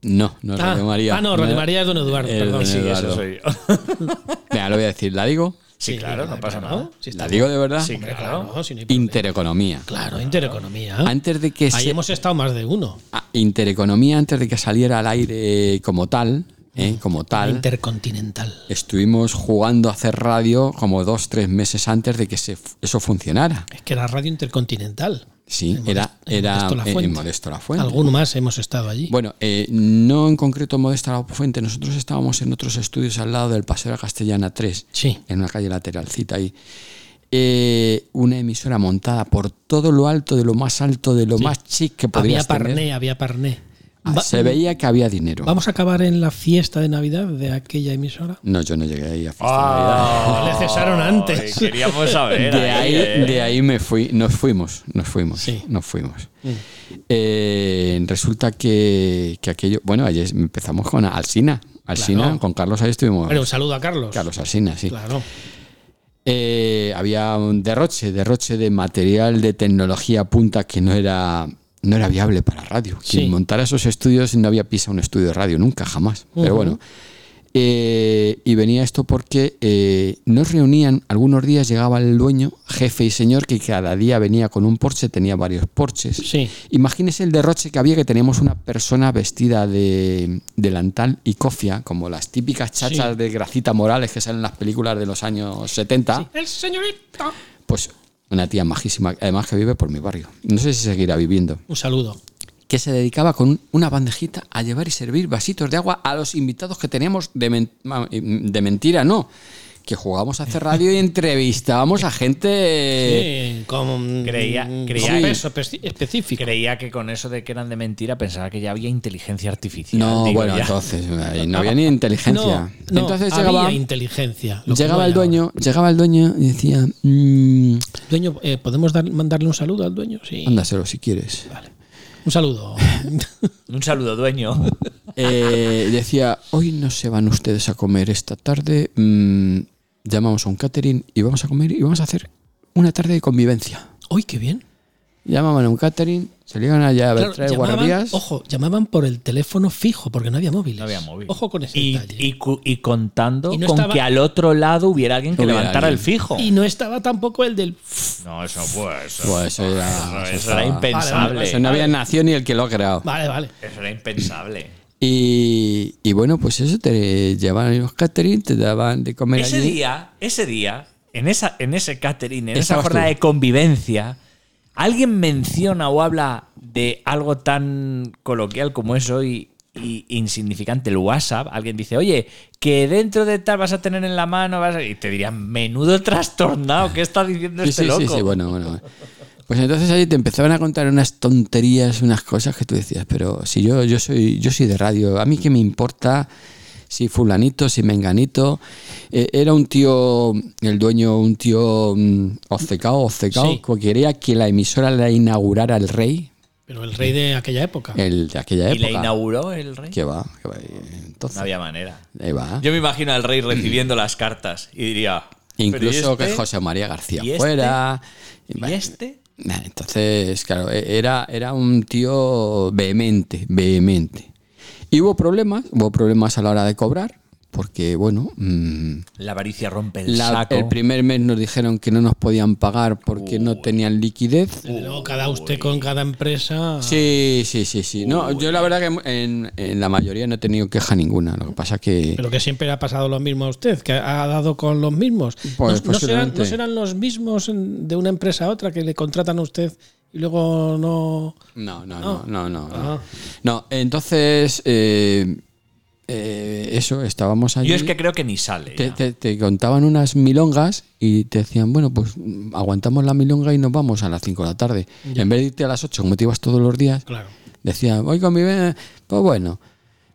Speaker 3: No, no es
Speaker 4: Ah,
Speaker 3: Radio María.
Speaker 4: ah, no, Radio María es don Eduardo,
Speaker 3: El
Speaker 4: perdón.
Speaker 3: don
Speaker 4: Sí,
Speaker 2: Sí,
Speaker 3: Eduardo.
Speaker 2: eso soy yo.
Speaker 3: Venga, lo voy a decir, la digo.
Speaker 2: Sí, claro, no pasa nada.
Speaker 4: Sí, está
Speaker 3: La digo de verdad.
Speaker 2: Sí, claro.
Speaker 4: Claro, si no hay problema.
Speaker 3: Intereconomía.
Speaker 4: Claro, intereconomía.
Speaker 3: Antes de que
Speaker 4: Ahí
Speaker 3: se-
Speaker 4: hemos estado más de uno.
Speaker 3: Ah, Intereconomía, antes de que saliera al aire como tal, ¿eh? como tal.
Speaker 4: Intercontinental.
Speaker 3: Estuvimos jugando a hacer radio como dos, tres meses antes de que se fu- eso funcionara.
Speaker 4: Es que era radio intercontinental.
Speaker 3: Sí,
Speaker 4: En
Speaker 3: era,
Speaker 4: Modesto- en
Speaker 3: era
Speaker 4: Modesto La
Speaker 3: eh,
Speaker 4: Fuente.
Speaker 3: en Modesto la Fuente.
Speaker 4: Alguno más hemos estado allí.
Speaker 3: Bueno, eh, no en concreto Modesta la Fuente, nosotros estábamos en otros estudios al lado del Paseo de la Castellana 3,
Speaker 4: Sí.
Speaker 3: en una calle lateralcita ahí. eh, una emisora montada por todo lo alto, de lo más alto, de lo
Speaker 4: Sí.
Speaker 3: más chic que
Speaker 4: Había
Speaker 3: podías
Speaker 4: parné,
Speaker 3: tener.
Speaker 4: había parné.
Speaker 3: Ah,
Speaker 4: Va-
Speaker 3: Se veía que había dinero.
Speaker 4: Vamos a acabar en la fiesta de Navidad de aquella emisora.
Speaker 3: No, yo no llegué ahí a fiesta
Speaker 4: Oh, Le cesaron antes. *laughs*
Speaker 2: Ay, Queríamos
Speaker 3: de
Speaker 2: saber.
Speaker 3: Navidad. De
Speaker 2: ahí,
Speaker 3: ahí,
Speaker 2: eh.
Speaker 3: de ahí me fui, nos fuimos, nos fuimos,
Speaker 4: Sí. Mm.
Speaker 3: nos fuimos. Eh, resulta que, que aquello, bueno, ayer empezamos con Alsina, Alsina,
Speaker 4: Claro.
Speaker 3: con Carlos ahí estuvimos.
Speaker 4: Bueno, un saludo a Carlos.
Speaker 3: Carlos Alsina, sí.
Speaker 4: Claro.
Speaker 3: Eh, había un derroche, derroche de material, de tecnología punta que no era, no era viable para radio.
Speaker 4: Sí.
Speaker 3: Quien montara esos estudios no había pisado un estudio de radio, nunca, jamás.
Speaker 4: Ujú.
Speaker 3: Pero bueno. Eh, y venía esto porque eh, nos reunían, algunos días llegaba el dueño, jefe y señor, que cada día venía con un Porsche, tenía varios Porches.
Speaker 4: Sí.
Speaker 3: Imagínese el derroche que había que teníamos una persona vestida de delantal y cofia, como las típicas chachas
Speaker 4: Sí.
Speaker 3: de Gracita Morales que salen en las películas de los años 70.
Speaker 4: El señorito.
Speaker 3: Pues una tía majísima, además que vive por mi barrio. No sé si seguirá viviendo.
Speaker 4: Un saludo.
Speaker 3: Que se dedicaba con una bandejita a llevar y servir vasitos de agua a los invitados que teníamos de, men- ma- de mentira, no. Que jugábamos a hacer radio y entrevistábamos a gente.
Speaker 4: Eh, con
Speaker 2: creía-
Speaker 4: con
Speaker 2: creía-
Speaker 4: un peso espe- específico.
Speaker 2: Creía que con eso de que eran de mentira pensaba que ya había inteligencia artificial.
Speaker 3: No,
Speaker 2: digo,
Speaker 3: bueno,
Speaker 2: ya.
Speaker 3: entonces ahí no había ni inteligencia.
Speaker 4: Ah, No, no,
Speaker 3: entonces
Speaker 4: había
Speaker 3: llegaba,
Speaker 4: inteligencia. lo que no
Speaker 3: llegaba
Speaker 4: hay
Speaker 3: el dueño, llegaba el dueño y decía, mm,
Speaker 4: ahora. Dueño, eh, ¿podemos dar- mandarle un saludo al dueño? Sí.
Speaker 3: ándaselo si quieres. *laughs*
Speaker 4: Un saludo.
Speaker 2: Un saludo, dueño.
Speaker 3: Eh, decía, hoy no se van ustedes a comer esta tarde, mm, llamamos a un catering y vamos a comer y vamos a hacer una tarde de convivencia.
Speaker 4: Uy, qué bien.
Speaker 3: Llamaban a un catering, salían allá a ver
Speaker 4: Claro,
Speaker 3: tres
Speaker 4: llamaban-
Speaker 3: guarderías.
Speaker 4: Ojo, llamaban por el teléfono fijo porque no había móviles.
Speaker 2: No había móvil.
Speaker 4: Ojo con ese
Speaker 2: y,
Speaker 4: detalle.
Speaker 2: y cu- y contando
Speaker 4: Y no
Speaker 2: con
Speaker 4: estaba-
Speaker 2: que al otro lado hubiera alguien que
Speaker 3: Hubiera
Speaker 2: levantara
Speaker 3: alguien.
Speaker 2: el fijo.
Speaker 4: Y no estaba tampoco el del.
Speaker 2: No, eso pues.
Speaker 3: Pues eso era,
Speaker 2: eso
Speaker 3: eso
Speaker 2: era
Speaker 3: estaba-
Speaker 2: impensable.
Speaker 3: eso no había nacido ni el que lo ha creado.
Speaker 4: Vale, vale.
Speaker 2: Eso era impensable.
Speaker 3: Y, y bueno, pues eso, te llevaban a los catering, te daban de comer
Speaker 2: Ese
Speaker 3: allí.
Speaker 2: día, ese día, en, esa, en ese catering, en esa
Speaker 3: Estabas
Speaker 2: jornada
Speaker 3: tú.
Speaker 2: de convivencia, alguien menciona o habla de algo tan coloquial como es hoy y insignificante el WhatsApp. Alguien dice, oye, que dentro de tal vas a tener en la mano, vas a-". y te dirían, menudo trastornado, ¿qué está diciendo
Speaker 3: Sí,
Speaker 2: este
Speaker 3: sí,
Speaker 2: loco?
Speaker 3: sí, sí, bueno, bueno. Pues entonces ahí te empezaban a contar unas tonterías, unas cosas que tú decías, pero si yo, yo soy, yo soy de radio, a mí qué me importa si fulanito, si menganito. Eh, era un tío, el dueño, un tío mm, obcecao, obcecao,
Speaker 4: Sí.
Speaker 3: que quería que la emisora la inaugurara el rey,
Speaker 4: Pero el rey de aquella época.
Speaker 3: el de aquella
Speaker 2: y le
Speaker 3: época.
Speaker 2: inauguró el rey.
Speaker 3: Que va, que va. eh, Entonces,
Speaker 2: No había manera.
Speaker 3: ahí va.
Speaker 2: Yo me imagino al rey
Speaker 3: *clears throat*
Speaker 2: recibiendo las cartas y diría. "¿Pero y
Speaker 3: Incluso
Speaker 2: este?
Speaker 3: que José María García
Speaker 2: ¿Y este?
Speaker 3: fuera. Y
Speaker 2: ¿Y
Speaker 3: bueno,
Speaker 2: este?
Speaker 3: Nah, Entonces, claro, e- era, era un tío vehemente, vehemente. Y hubo problemas, hubo problemas a la hora de cobrar, porque, bueno, mm,
Speaker 2: La avaricia rompe el
Speaker 3: la-
Speaker 2: saco.
Speaker 3: el primer mes nos dijeron que no nos podían pagar porque no tenían liquidez.
Speaker 4: Desde luego, cada usted con cada empresa.
Speaker 3: Sí, sí, sí, sí. No, yo la verdad que en, en la mayoría no he tenido queja ninguna. Lo que pasa que...
Speaker 4: Pero que siempre le ha pasado lo mismo a usted, que ha dado con los mismos.
Speaker 3: Pues,
Speaker 4: no, no serán,
Speaker 3: posiblemente.
Speaker 4: no serán los mismos en- de una empresa a otra que le contratan a usted y luego no.
Speaker 3: No, no, no, no, no.
Speaker 4: Ah.
Speaker 3: No, No, entonces, eh, eh, eso, estábamos allí.
Speaker 2: Yo es que creo que ni sale.
Speaker 3: Te,
Speaker 2: ya.
Speaker 3: te- te contaban unas milongas y te decían, bueno, pues mm, aguantamos la milonga y nos vamos a las 5 de la tarde. En vez de irte a las 8, como te ibas todos los días,
Speaker 4: Claro.
Speaker 3: decían, voy con mi... be-". Pues bueno,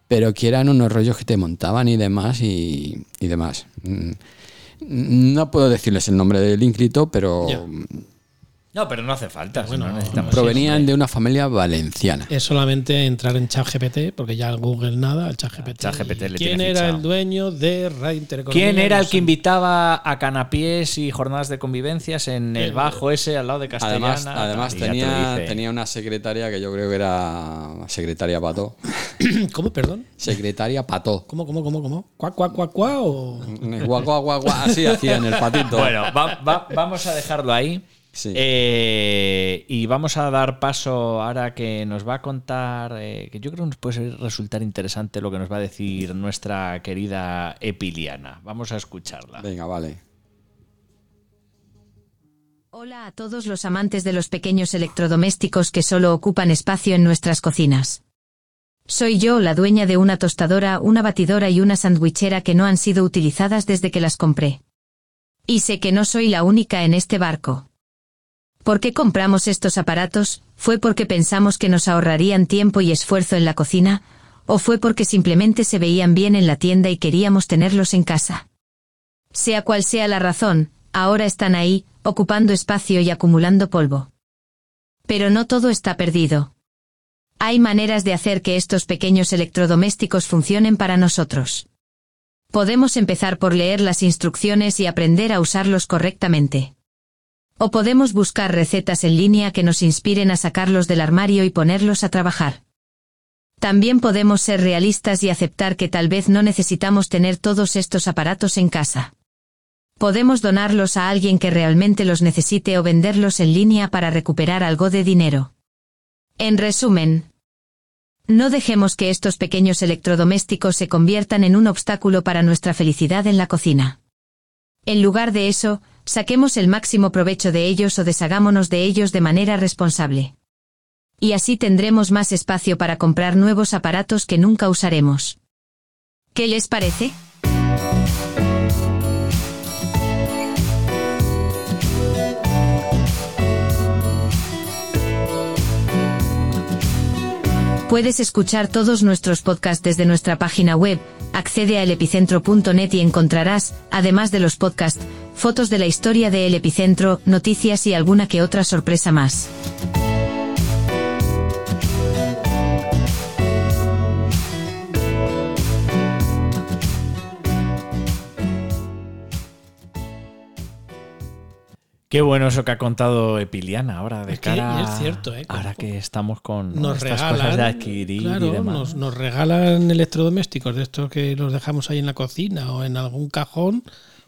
Speaker 3: pero que eran unos rollos que te montaban y demás y, y demás. Mm, No puedo decirles el nombre del ínclito, pero
Speaker 4: Ya.
Speaker 2: No, pero no hace falta. si
Speaker 4: Bueno,
Speaker 2: no necesitamos
Speaker 3: provenían de una familia valenciana.
Speaker 4: Es solamente entrar en ChatGPT, porque ya Google nada, al ChatGPT.
Speaker 2: ChatGPT le
Speaker 4: ¿Quién
Speaker 2: tiene
Speaker 4: era
Speaker 2: fichado.
Speaker 4: el dueño de Radio Intereconomía?
Speaker 2: ¿Quién era
Speaker 4: No
Speaker 2: el que
Speaker 4: sé.
Speaker 2: invitaba a canapiés y jornadas de convivencias en el
Speaker 4: El-
Speaker 2: bajo ese al lado de Castellana?
Speaker 3: Además, además
Speaker 2: Y ya te
Speaker 3: tenía,
Speaker 2: dice,
Speaker 3: tenía una secretaria que yo creo que era secretaria *laughs* Pató.
Speaker 4: *clears throat* ¿Cómo, perdón?
Speaker 3: Secretaria Pató.
Speaker 4: ¿Cómo, cómo, cómo, cómo? ¿Cuá, cuá, cuá, cuá? O...
Speaker 3: Guau, guau, guau, guau, así hacían el patito.
Speaker 2: Bueno, va- va- vamos a dejarlo ahí.
Speaker 3: Sí.
Speaker 2: Eh, y vamos a dar paso ahora que nos va a contar, eh, que yo creo que nos puede ser- resultar interesante lo que nos va a decir nuestra querida Epiliana. Vamos a escucharla.
Speaker 3: Venga, vale.
Speaker 5: Hola a todos los amantes de los pequeños electrodomésticos que solo ocupan espacio en nuestras cocinas. Soy yo la dueña de una tostadora, una batidora y una sandwichera que no han sido utilizadas desde que las compré. Y sé que no soy la única en este barco. ¿Por qué compramos estos aparatos? ¿Fue porque pensamos que nos ahorrarían tiempo y esfuerzo en la cocina? ¿O fue porque simplemente se veían bien en la tienda y queríamos tenerlos en casa? Sea cual sea la razón, ahora están ahí, ocupando espacio y acumulando polvo. Pero no todo está perdido. Hay maneras de hacer que estos pequeños electrodomésticos funcionen para nosotros. Podemos empezar por leer las instrucciones y aprender a usarlos correctamente. O podemos buscar recetas en línea que nos inspiren a sacarlos del armario y ponerlos a trabajar. También podemos ser realistas y aceptar que tal vez no necesitamos tener todos estos aparatos en casa. Podemos donarlos a alguien que realmente los necesite o venderlos en línea para recuperar algo de dinero. En resumen, no dejemos que estos pequeños electrodomésticos se conviertan en un obstáculo para nuestra felicidad en la cocina. En lugar de eso, saquemos el máximo provecho de ellos o deshagámonos de ellos de manera responsable. Y así tendremos más espacio para comprar nuevos aparatos que nunca usaremos. ¿Qué les parece? Puedes escuchar todos nuestros podcasts desde nuestra página web, accede a elepicentro.net y encontrarás, además de los podcasts, fotos de la historia de El Epicentro, noticias y alguna que otra sorpresa más.
Speaker 2: Qué bueno eso que ha contado Epiliana ahora de
Speaker 4: Es que
Speaker 2: cara.
Speaker 4: es cierto, ¿eh?
Speaker 2: Ahora que estamos con
Speaker 4: Nos
Speaker 2: estas
Speaker 4: regalan,
Speaker 2: cosas de adquirir
Speaker 4: claro,
Speaker 2: y demás.
Speaker 4: Nos, nos regalan electrodomésticos de estos que los dejamos ahí en la cocina o en algún cajón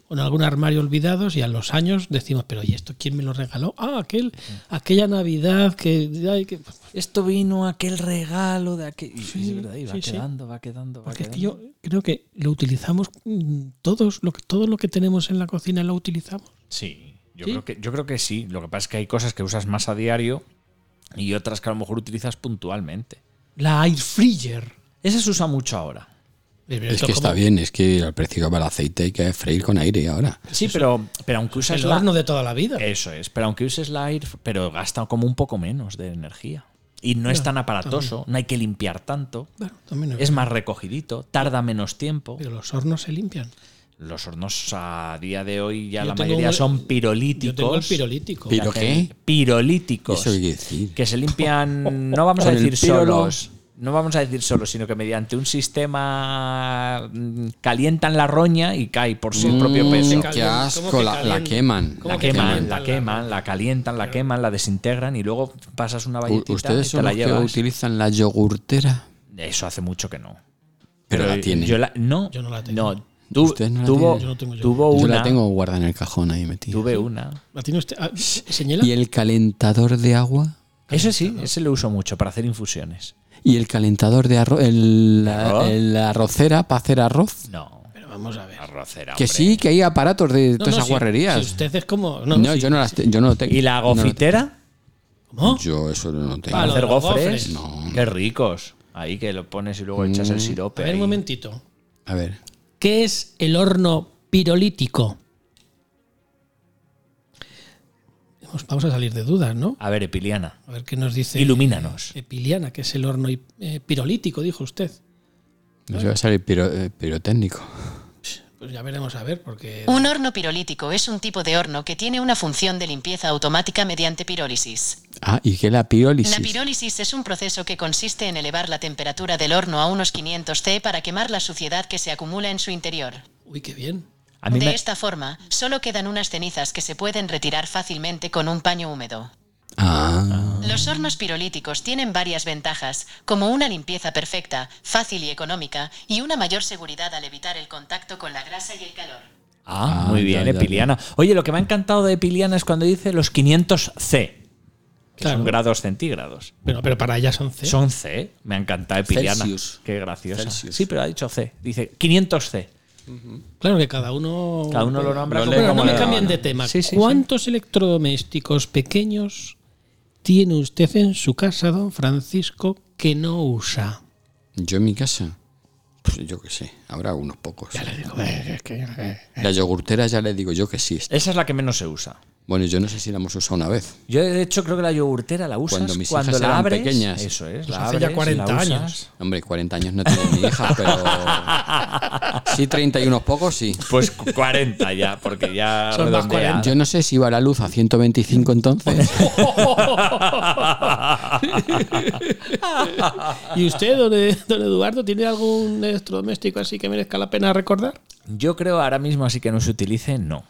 Speaker 4: o en algún armario olvidados y a los años decimos, pero ¿y esto quién me lo regaló? Ah, aquel,
Speaker 2: Mm.
Speaker 4: aquella Navidad que... ay, que- pues,
Speaker 2: Esto vino aquel regalo de aquel. y
Speaker 4: Sí,
Speaker 2: es verdad, y va
Speaker 4: sí, sí.
Speaker 2: quedando, va quedando, va
Speaker 4: Porque es que
Speaker 2: quedando.
Speaker 4: yo creo que lo utilizamos mm, todos, lo que, todo lo que tenemos en la cocina lo utilizamos.
Speaker 2: Sí, yo,
Speaker 4: ¿Sí?
Speaker 2: Creo que, yo creo que sí. Lo que pasa es que hay cosas que usas más a diario y otras que a lo mejor utilizas puntualmente.
Speaker 4: La air fryer.
Speaker 2: Esa se usa mucho ahora.
Speaker 4: Pero
Speaker 3: Es
Speaker 4: esto
Speaker 3: que está
Speaker 4: como
Speaker 3: bien, es que al precio que va el aceite hay que freír con aire ahora.
Speaker 2: Sí, pero, pero aunque uses
Speaker 4: El
Speaker 2: la. Eh,
Speaker 4: horno de toda la vida.
Speaker 2: Eso es, pero aunque uses la air, pero gasta como un poco menos de energía. Y no es
Speaker 4: Ya,
Speaker 2: tan aparatoso, no hay que limpiar tanto.
Speaker 4: Bueno, también es
Speaker 2: Es más recogidito, tarda menos tiempo.
Speaker 4: Pero los hornos se limpian.
Speaker 2: Los hornos a día de hoy ya
Speaker 4: Yo
Speaker 2: la
Speaker 4: tengo
Speaker 2: mayoría
Speaker 4: un-
Speaker 2: son pirolíticos.
Speaker 4: Yo tengo el pirolítico.
Speaker 3: Piro-
Speaker 2: Que-
Speaker 3: qué?
Speaker 2: Pirolíticos.
Speaker 3: ¿Eh? ¿Eso qué quiere decir?
Speaker 2: Que se
Speaker 3: *laughs*
Speaker 2: limpian, no vamos a
Speaker 3: Con el
Speaker 2: decir
Speaker 3: pirolo.
Speaker 2: solos. No vamos a decir solos, sino que mediante un sistema mm, calientan la roña y cae por su propio
Speaker 3: Mm,
Speaker 2: peso.
Speaker 3: qué asco, la, la queman.
Speaker 4: ¿Cómo
Speaker 2: La
Speaker 4: que
Speaker 2: queman,
Speaker 4: calientan
Speaker 2: la
Speaker 4: la
Speaker 2: queman, la calientan, la queman, la desintegran y luego pasas una
Speaker 3: U-
Speaker 2: valletita
Speaker 3: ¿Ustedes
Speaker 2: y te
Speaker 3: son
Speaker 2: la
Speaker 3: los que
Speaker 2: llevas.
Speaker 3: utilizan la yogurtera?
Speaker 2: Eso hace mucho que no.
Speaker 3: Pero la tienen.
Speaker 2: Yo la- no,
Speaker 4: Yo no la tengo.
Speaker 2: no, tu-
Speaker 3: Ustedes no la
Speaker 2: tuvo,
Speaker 3: tienen.
Speaker 4: Yo no tengo
Speaker 2: tuvo
Speaker 3: Yo
Speaker 2: una.
Speaker 3: la tengo guardada en el cajón ahí metida.
Speaker 2: Tuve una.
Speaker 4: ¿La tiene usted? Ah, señala.
Speaker 3: ¿Y el calentador de agua?
Speaker 2: Ese sí, ese lo uso mucho para hacer infusiones.
Speaker 3: ¿Y el calentador de arroz? El, la,
Speaker 2: Arroz.
Speaker 3: el- la arrocera para hacer arroz?
Speaker 2: No,
Speaker 4: Pero vamos a ver.
Speaker 2: arrocera.
Speaker 3: Que
Speaker 2: hombre.
Speaker 3: sí, que hay aparatos de todas esas
Speaker 4: si-
Speaker 3: guarrerías.
Speaker 4: Si usted es como. No,
Speaker 3: no,
Speaker 4: si-
Speaker 3: yo, no las te- yo no lo tengo.
Speaker 2: ¿Y la
Speaker 3: No lo
Speaker 2: gofitera?
Speaker 4: ¿Cómo?
Speaker 3: tengo. yo eso no lo tengo.
Speaker 4: Ah,
Speaker 2: ¿Para
Speaker 4: lo de
Speaker 2: hacer
Speaker 4: los
Speaker 2: gofres?
Speaker 4: gofres.
Speaker 3: No. Mm.
Speaker 2: Qué ricos. Ahí que lo pones y luego echas el
Speaker 4: A
Speaker 2: sirope.
Speaker 4: ver,
Speaker 2: ahí.
Speaker 4: un momentito.
Speaker 3: A ver.
Speaker 4: ¿Qué es el horno pirolítico? Vamos- Vamos a salir de dudas, ¿no?
Speaker 2: A ver, Epiliana,
Speaker 4: A ver qué nos dice.
Speaker 2: ilumínanos.
Speaker 4: Epiliana, que es el horno hi- eh, pirolítico, dijo usted.
Speaker 3: No se va a salir piro- eh, pirotécnico.
Speaker 4: Pues ya veremos a ver, porque.
Speaker 6: Un horno pirolítico es un tipo de horno que tiene una función de limpieza automática mediante pirólisis.
Speaker 3: Ah, ¿y qué es la pirólisis?
Speaker 6: La pirólisis es un proceso que consiste en elevar la temperatura del horno a unos 500 C para quemar la suciedad que se acumula en su interior.
Speaker 4: Uy, qué bien.
Speaker 2: A mí
Speaker 6: de
Speaker 2: me-
Speaker 6: esta forma, solo quedan unas cenizas que se pueden retirar fácilmente con un paño húmedo.
Speaker 3: Ah,
Speaker 6: Los hornos pirolíticos tienen varias ventajas, como una limpieza perfecta, fácil y económica, y una mayor seguridad al evitar el contacto con la grasa y el calor.
Speaker 2: Ah,
Speaker 3: Ah,
Speaker 2: muy
Speaker 3: ya,
Speaker 2: bien,
Speaker 3: ya, ya.
Speaker 2: Epiliana. Oye, lo que me ha encantado de Epiliana es cuando dice los 500 C, que
Speaker 4: Claro.
Speaker 2: son grados centígrados.
Speaker 4: Pero, pero para ellas son C.
Speaker 2: Son C, me ha encantado Epiliana.
Speaker 3: ¿Eh? Celsius.
Speaker 2: Qué graciosa.
Speaker 3: Celsius.
Speaker 2: Sí, pero ha dicho C. Dice 500 C.
Speaker 4: Claro que cada uno.
Speaker 2: Cada uno lo nombra
Speaker 3: Lo
Speaker 2: como,
Speaker 3: lee
Speaker 4: Bueno,
Speaker 2: como
Speaker 4: no
Speaker 2: le
Speaker 4: me
Speaker 2: da la
Speaker 4: cambien
Speaker 2: gana.
Speaker 4: de tema.
Speaker 2: Sí, sí, sí.
Speaker 4: ¿Cuántos electrodomésticos pequeños tiene usted en su casa, don Francisco, que no usa?
Speaker 3: yo en mi casa. Pues yo que sé, habrá unos pocos.
Speaker 4: Ya le digo, eh, es que, eh.
Speaker 3: La yogurtera ya le digo yo que sí.
Speaker 2: Esa es la que menos se usa.
Speaker 3: Bueno, yo no sé si la hemos usado una vez.
Speaker 2: Yo, de hecho, creo que la yogurtera la usas
Speaker 3: Cuando mis
Speaker 2: cuando
Speaker 3: hijas
Speaker 2: la
Speaker 3: eran
Speaker 2: abres.
Speaker 3: pequeñas.
Speaker 2: Eso es,
Speaker 4: Pues
Speaker 2: la
Speaker 4: hace ya
Speaker 2: abres y
Speaker 4: 40
Speaker 2: la
Speaker 4: años. *laughs*
Speaker 2: usas.
Speaker 3: Hombre, 40 años no tengo mi hija, pero. Sí, 30 y unos pocos, sí.
Speaker 2: Pues cu- 40 ya, porque ya.
Speaker 4: *laughs* Son más
Speaker 2: redondea.
Speaker 4: 40.
Speaker 3: Yo no sé si iba la luz a 125 entonces.
Speaker 4: ¿Y usted, don, E- don Eduardo, tiene algún electrodoméstico así que merezca la pena recordar?
Speaker 2: *laughs* Yo creo ahora mismo así que no se utilice, no.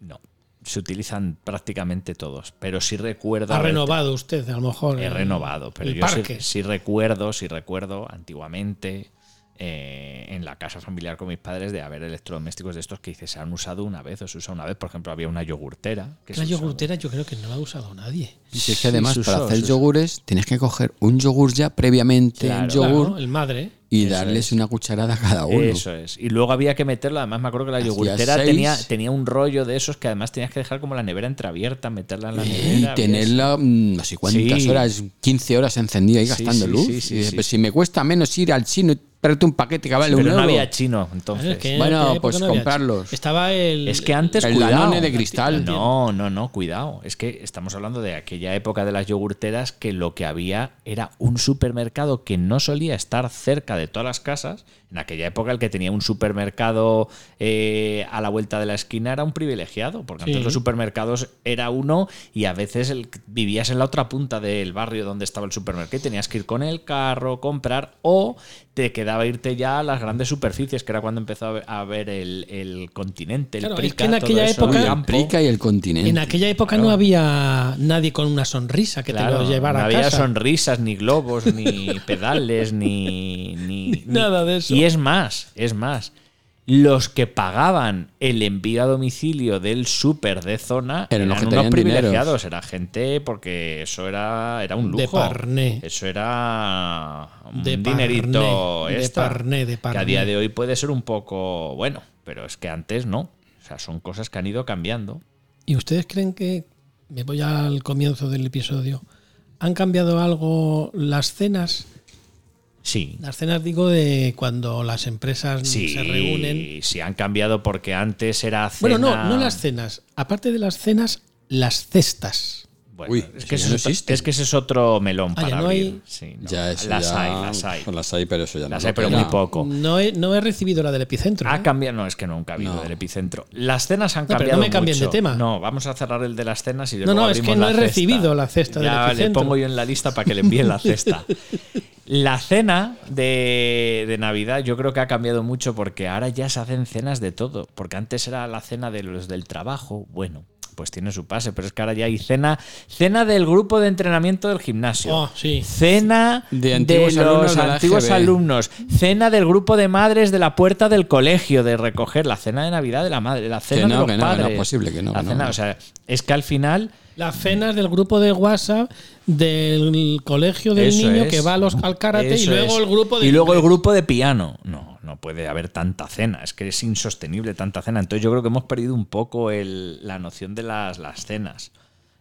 Speaker 2: No. Se utilizan prácticamente todos. Pero sí recuerdo.
Speaker 4: Ha
Speaker 2: haber-
Speaker 4: renovado usted, a lo mejor.
Speaker 2: He
Speaker 4: el-
Speaker 2: renovado, pero
Speaker 4: el
Speaker 2: yo sí,
Speaker 4: parque.
Speaker 2: sí recuerdo, sí recuerdo antiguamente eh, en la casa familiar con mis padres de haber electrodomésticos de estos que dices se han usado una vez o se usa una vez. Por ejemplo, había una yogurtera. Que
Speaker 4: La
Speaker 2: se usaba.
Speaker 4: yogurtera yo creo que no la ha usado nadie.
Speaker 3: Si es que
Speaker 2: Sí,
Speaker 3: además,
Speaker 2: se usó,
Speaker 3: para hacer
Speaker 2: se usó.
Speaker 3: yogures, tienes que coger un yogur ya previamente, el
Speaker 2: Claro.
Speaker 3: yogur,
Speaker 4: Claro, el madre.
Speaker 3: y
Speaker 2: Eso
Speaker 3: darles
Speaker 2: es.
Speaker 3: una cucharada a cada uno.
Speaker 2: Eso es. Y luego había que meterlo. Además, me acuerdo que la
Speaker 3: Hacía
Speaker 2: yogurtera
Speaker 3: seis.
Speaker 2: tenía, tenía un rollo de esos que además tenías que dejar como la nevera entreabierta, meterla en la
Speaker 3: Y
Speaker 2: nevera.
Speaker 3: tenerla mm, no sé cuántas
Speaker 2: Sí.
Speaker 3: horas, 15 horas encendida y
Speaker 2: Sí,
Speaker 3: gastando
Speaker 2: sí,
Speaker 3: luz.
Speaker 2: sí, sí,
Speaker 3: Y dices,
Speaker 2: sí.
Speaker 3: "Pero si me cuesta menos ir al chino y traerte un paquete que vale
Speaker 2: Pero
Speaker 3: un
Speaker 2: no
Speaker 3: euro.
Speaker 2: había chino,
Speaker 4: Claro,
Speaker 2: entonces.
Speaker 4: es que en
Speaker 3: Bueno,
Speaker 4: aquella época
Speaker 3: pues
Speaker 4: no había-
Speaker 3: comprarlos.
Speaker 4: Estaba el.
Speaker 2: Es que antes.
Speaker 3: El
Speaker 2: cuidado.
Speaker 3: Danone de cristal.
Speaker 2: No, no, no, cuidado. Es que estamos hablando de aquella época de las yogurteras que lo que había era un supermercado que no solía estar cerca de todas las casas. En aquella época, el que tenía un supermercado eh, a la vuelta de la esquina era un privilegiado, porque
Speaker 4: Sí.
Speaker 2: antes los supermercados era uno y a veces el- vivías en la otra punta del barrio donde estaba el supermercado y tenías que ir con el carro, comprar o te quedaba irte ya a las grandes superficies, que era cuando empezó a ver- a ver el, el continente. El
Speaker 4: Claro, es
Speaker 2: Prica,
Speaker 4: que en
Speaker 2: todo
Speaker 4: aquella
Speaker 2: eso, el
Speaker 4: época-
Speaker 3: Uy, el
Speaker 2: campo.
Speaker 3: prica pues y el continente. Pues
Speaker 4: En aquella época no había nadie con una sonrisa que
Speaker 2: Claro,
Speaker 4: te lo llevara
Speaker 2: no
Speaker 4: a
Speaker 2: había
Speaker 4: casa.
Speaker 2: sonrisas, ni globos,
Speaker 4: *laughs*
Speaker 2: ni pedales, ni, ni- ni-
Speaker 4: nada de eso.
Speaker 2: Y es más, es más. Los que pagaban el envío a domicilio del súper de zona
Speaker 3: Eran
Speaker 2: eran,
Speaker 3: los que
Speaker 2: unos
Speaker 3: tenían dineros.
Speaker 2: privilegiados, era gente porque eso era, era un lujo.
Speaker 4: De parné.
Speaker 2: Eso era un
Speaker 4: De
Speaker 2: dinerito
Speaker 4: parné, de
Speaker 2: extra,
Speaker 4: parné, de
Speaker 2: Que
Speaker 4: parné.
Speaker 2: a día de hoy puede ser un poco bueno, pero es que antes no. O sea, son cosas que han ido cambiando.
Speaker 4: ¿Y ustedes creen que, me voy al comienzo del episodio, han cambiado algo las cenas?
Speaker 2: Sí.
Speaker 4: Las cenas digo de cuando las empresas se reúnen.
Speaker 2: Sí, han cambiado porque antes era cena.
Speaker 4: Bueno, no, no las cenas. Aparte de las cenas, las cestas.
Speaker 2: Bueno,
Speaker 3: Uy,
Speaker 2: es,
Speaker 3: eso
Speaker 2: que
Speaker 3: ya
Speaker 2: ese
Speaker 3: no
Speaker 2: es otro-
Speaker 3: existe.
Speaker 2: es que ese es otro melón
Speaker 4: Ah, ya
Speaker 2: para
Speaker 4: no
Speaker 2: abrir.
Speaker 4: hay.
Speaker 2: Sí, no.
Speaker 3: Ya eso
Speaker 2: las
Speaker 3: ya-
Speaker 2: hay, las hay.
Speaker 3: Las hay, pero eso ya no
Speaker 2: Las
Speaker 3: lo
Speaker 2: hay, pero
Speaker 3: queda.
Speaker 2: muy poco.
Speaker 4: No he, no he recibido la del epicentro.
Speaker 2: Ha
Speaker 4: ¿eh?
Speaker 2: cambiado, no, es que nunca ha habido
Speaker 3: No.
Speaker 2: del epicentro. Las cenas han
Speaker 4: pero
Speaker 2: cambiado.
Speaker 4: no me cambien
Speaker 2: mucho.
Speaker 4: de tema.
Speaker 2: No, vamos a cerrar el de las cenas y
Speaker 4: No,
Speaker 2: luego
Speaker 4: no, es
Speaker 2: abrimos
Speaker 4: que no
Speaker 2: la
Speaker 4: he
Speaker 2: cesta.
Speaker 4: recibido la cesta del
Speaker 2: Ya le
Speaker 4: epicentro.
Speaker 2: pongo yo en la lista para que le envíen la
Speaker 4: *laughs*
Speaker 2: cesta. La cena de, de Navidad yo creo que ha cambiado mucho porque ahora ya se hacen cenas de todo. Porque antes era la cena de los del trabajo. Bueno, pues tiene su pase, pero es que ahora ya hay cena. Cena del grupo de entrenamiento del gimnasio.
Speaker 4: Oh, sí.
Speaker 2: Cena
Speaker 3: De
Speaker 2: de,
Speaker 3: antiguos alumnos
Speaker 2: los
Speaker 3: de la
Speaker 2: antiguos
Speaker 3: AGB.
Speaker 2: alumnos. Cena del grupo de madres de la puerta del colegio de recoger. La cena de Navidad de la madre. La cena
Speaker 3: Que no,
Speaker 2: de los
Speaker 3: que no, que no,
Speaker 2: padres.
Speaker 3: es posible que no,
Speaker 2: La
Speaker 3: que no,
Speaker 2: cena,
Speaker 3: no.
Speaker 2: o sea, es que al final.
Speaker 4: Las cenas del grupo de WhatsApp del colegio del
Speaker 2: Eso
Speaker 4: niño
Speaker 2: es.
Speaker 4: que va a los, al karate y
Speaker 2: Eso
Speaker 4: luego
Speaker 2: es.
Speaker 4: el grupo de
Speaker 2: Y luego el
Speaker 4: inglés.
Speaker 2: grupo de piano. No, no puede haber tanta cena. Es que es insostenible tanta cena. Entonces yo creo que hemos perdido un poco el- la noción de las, las cenas.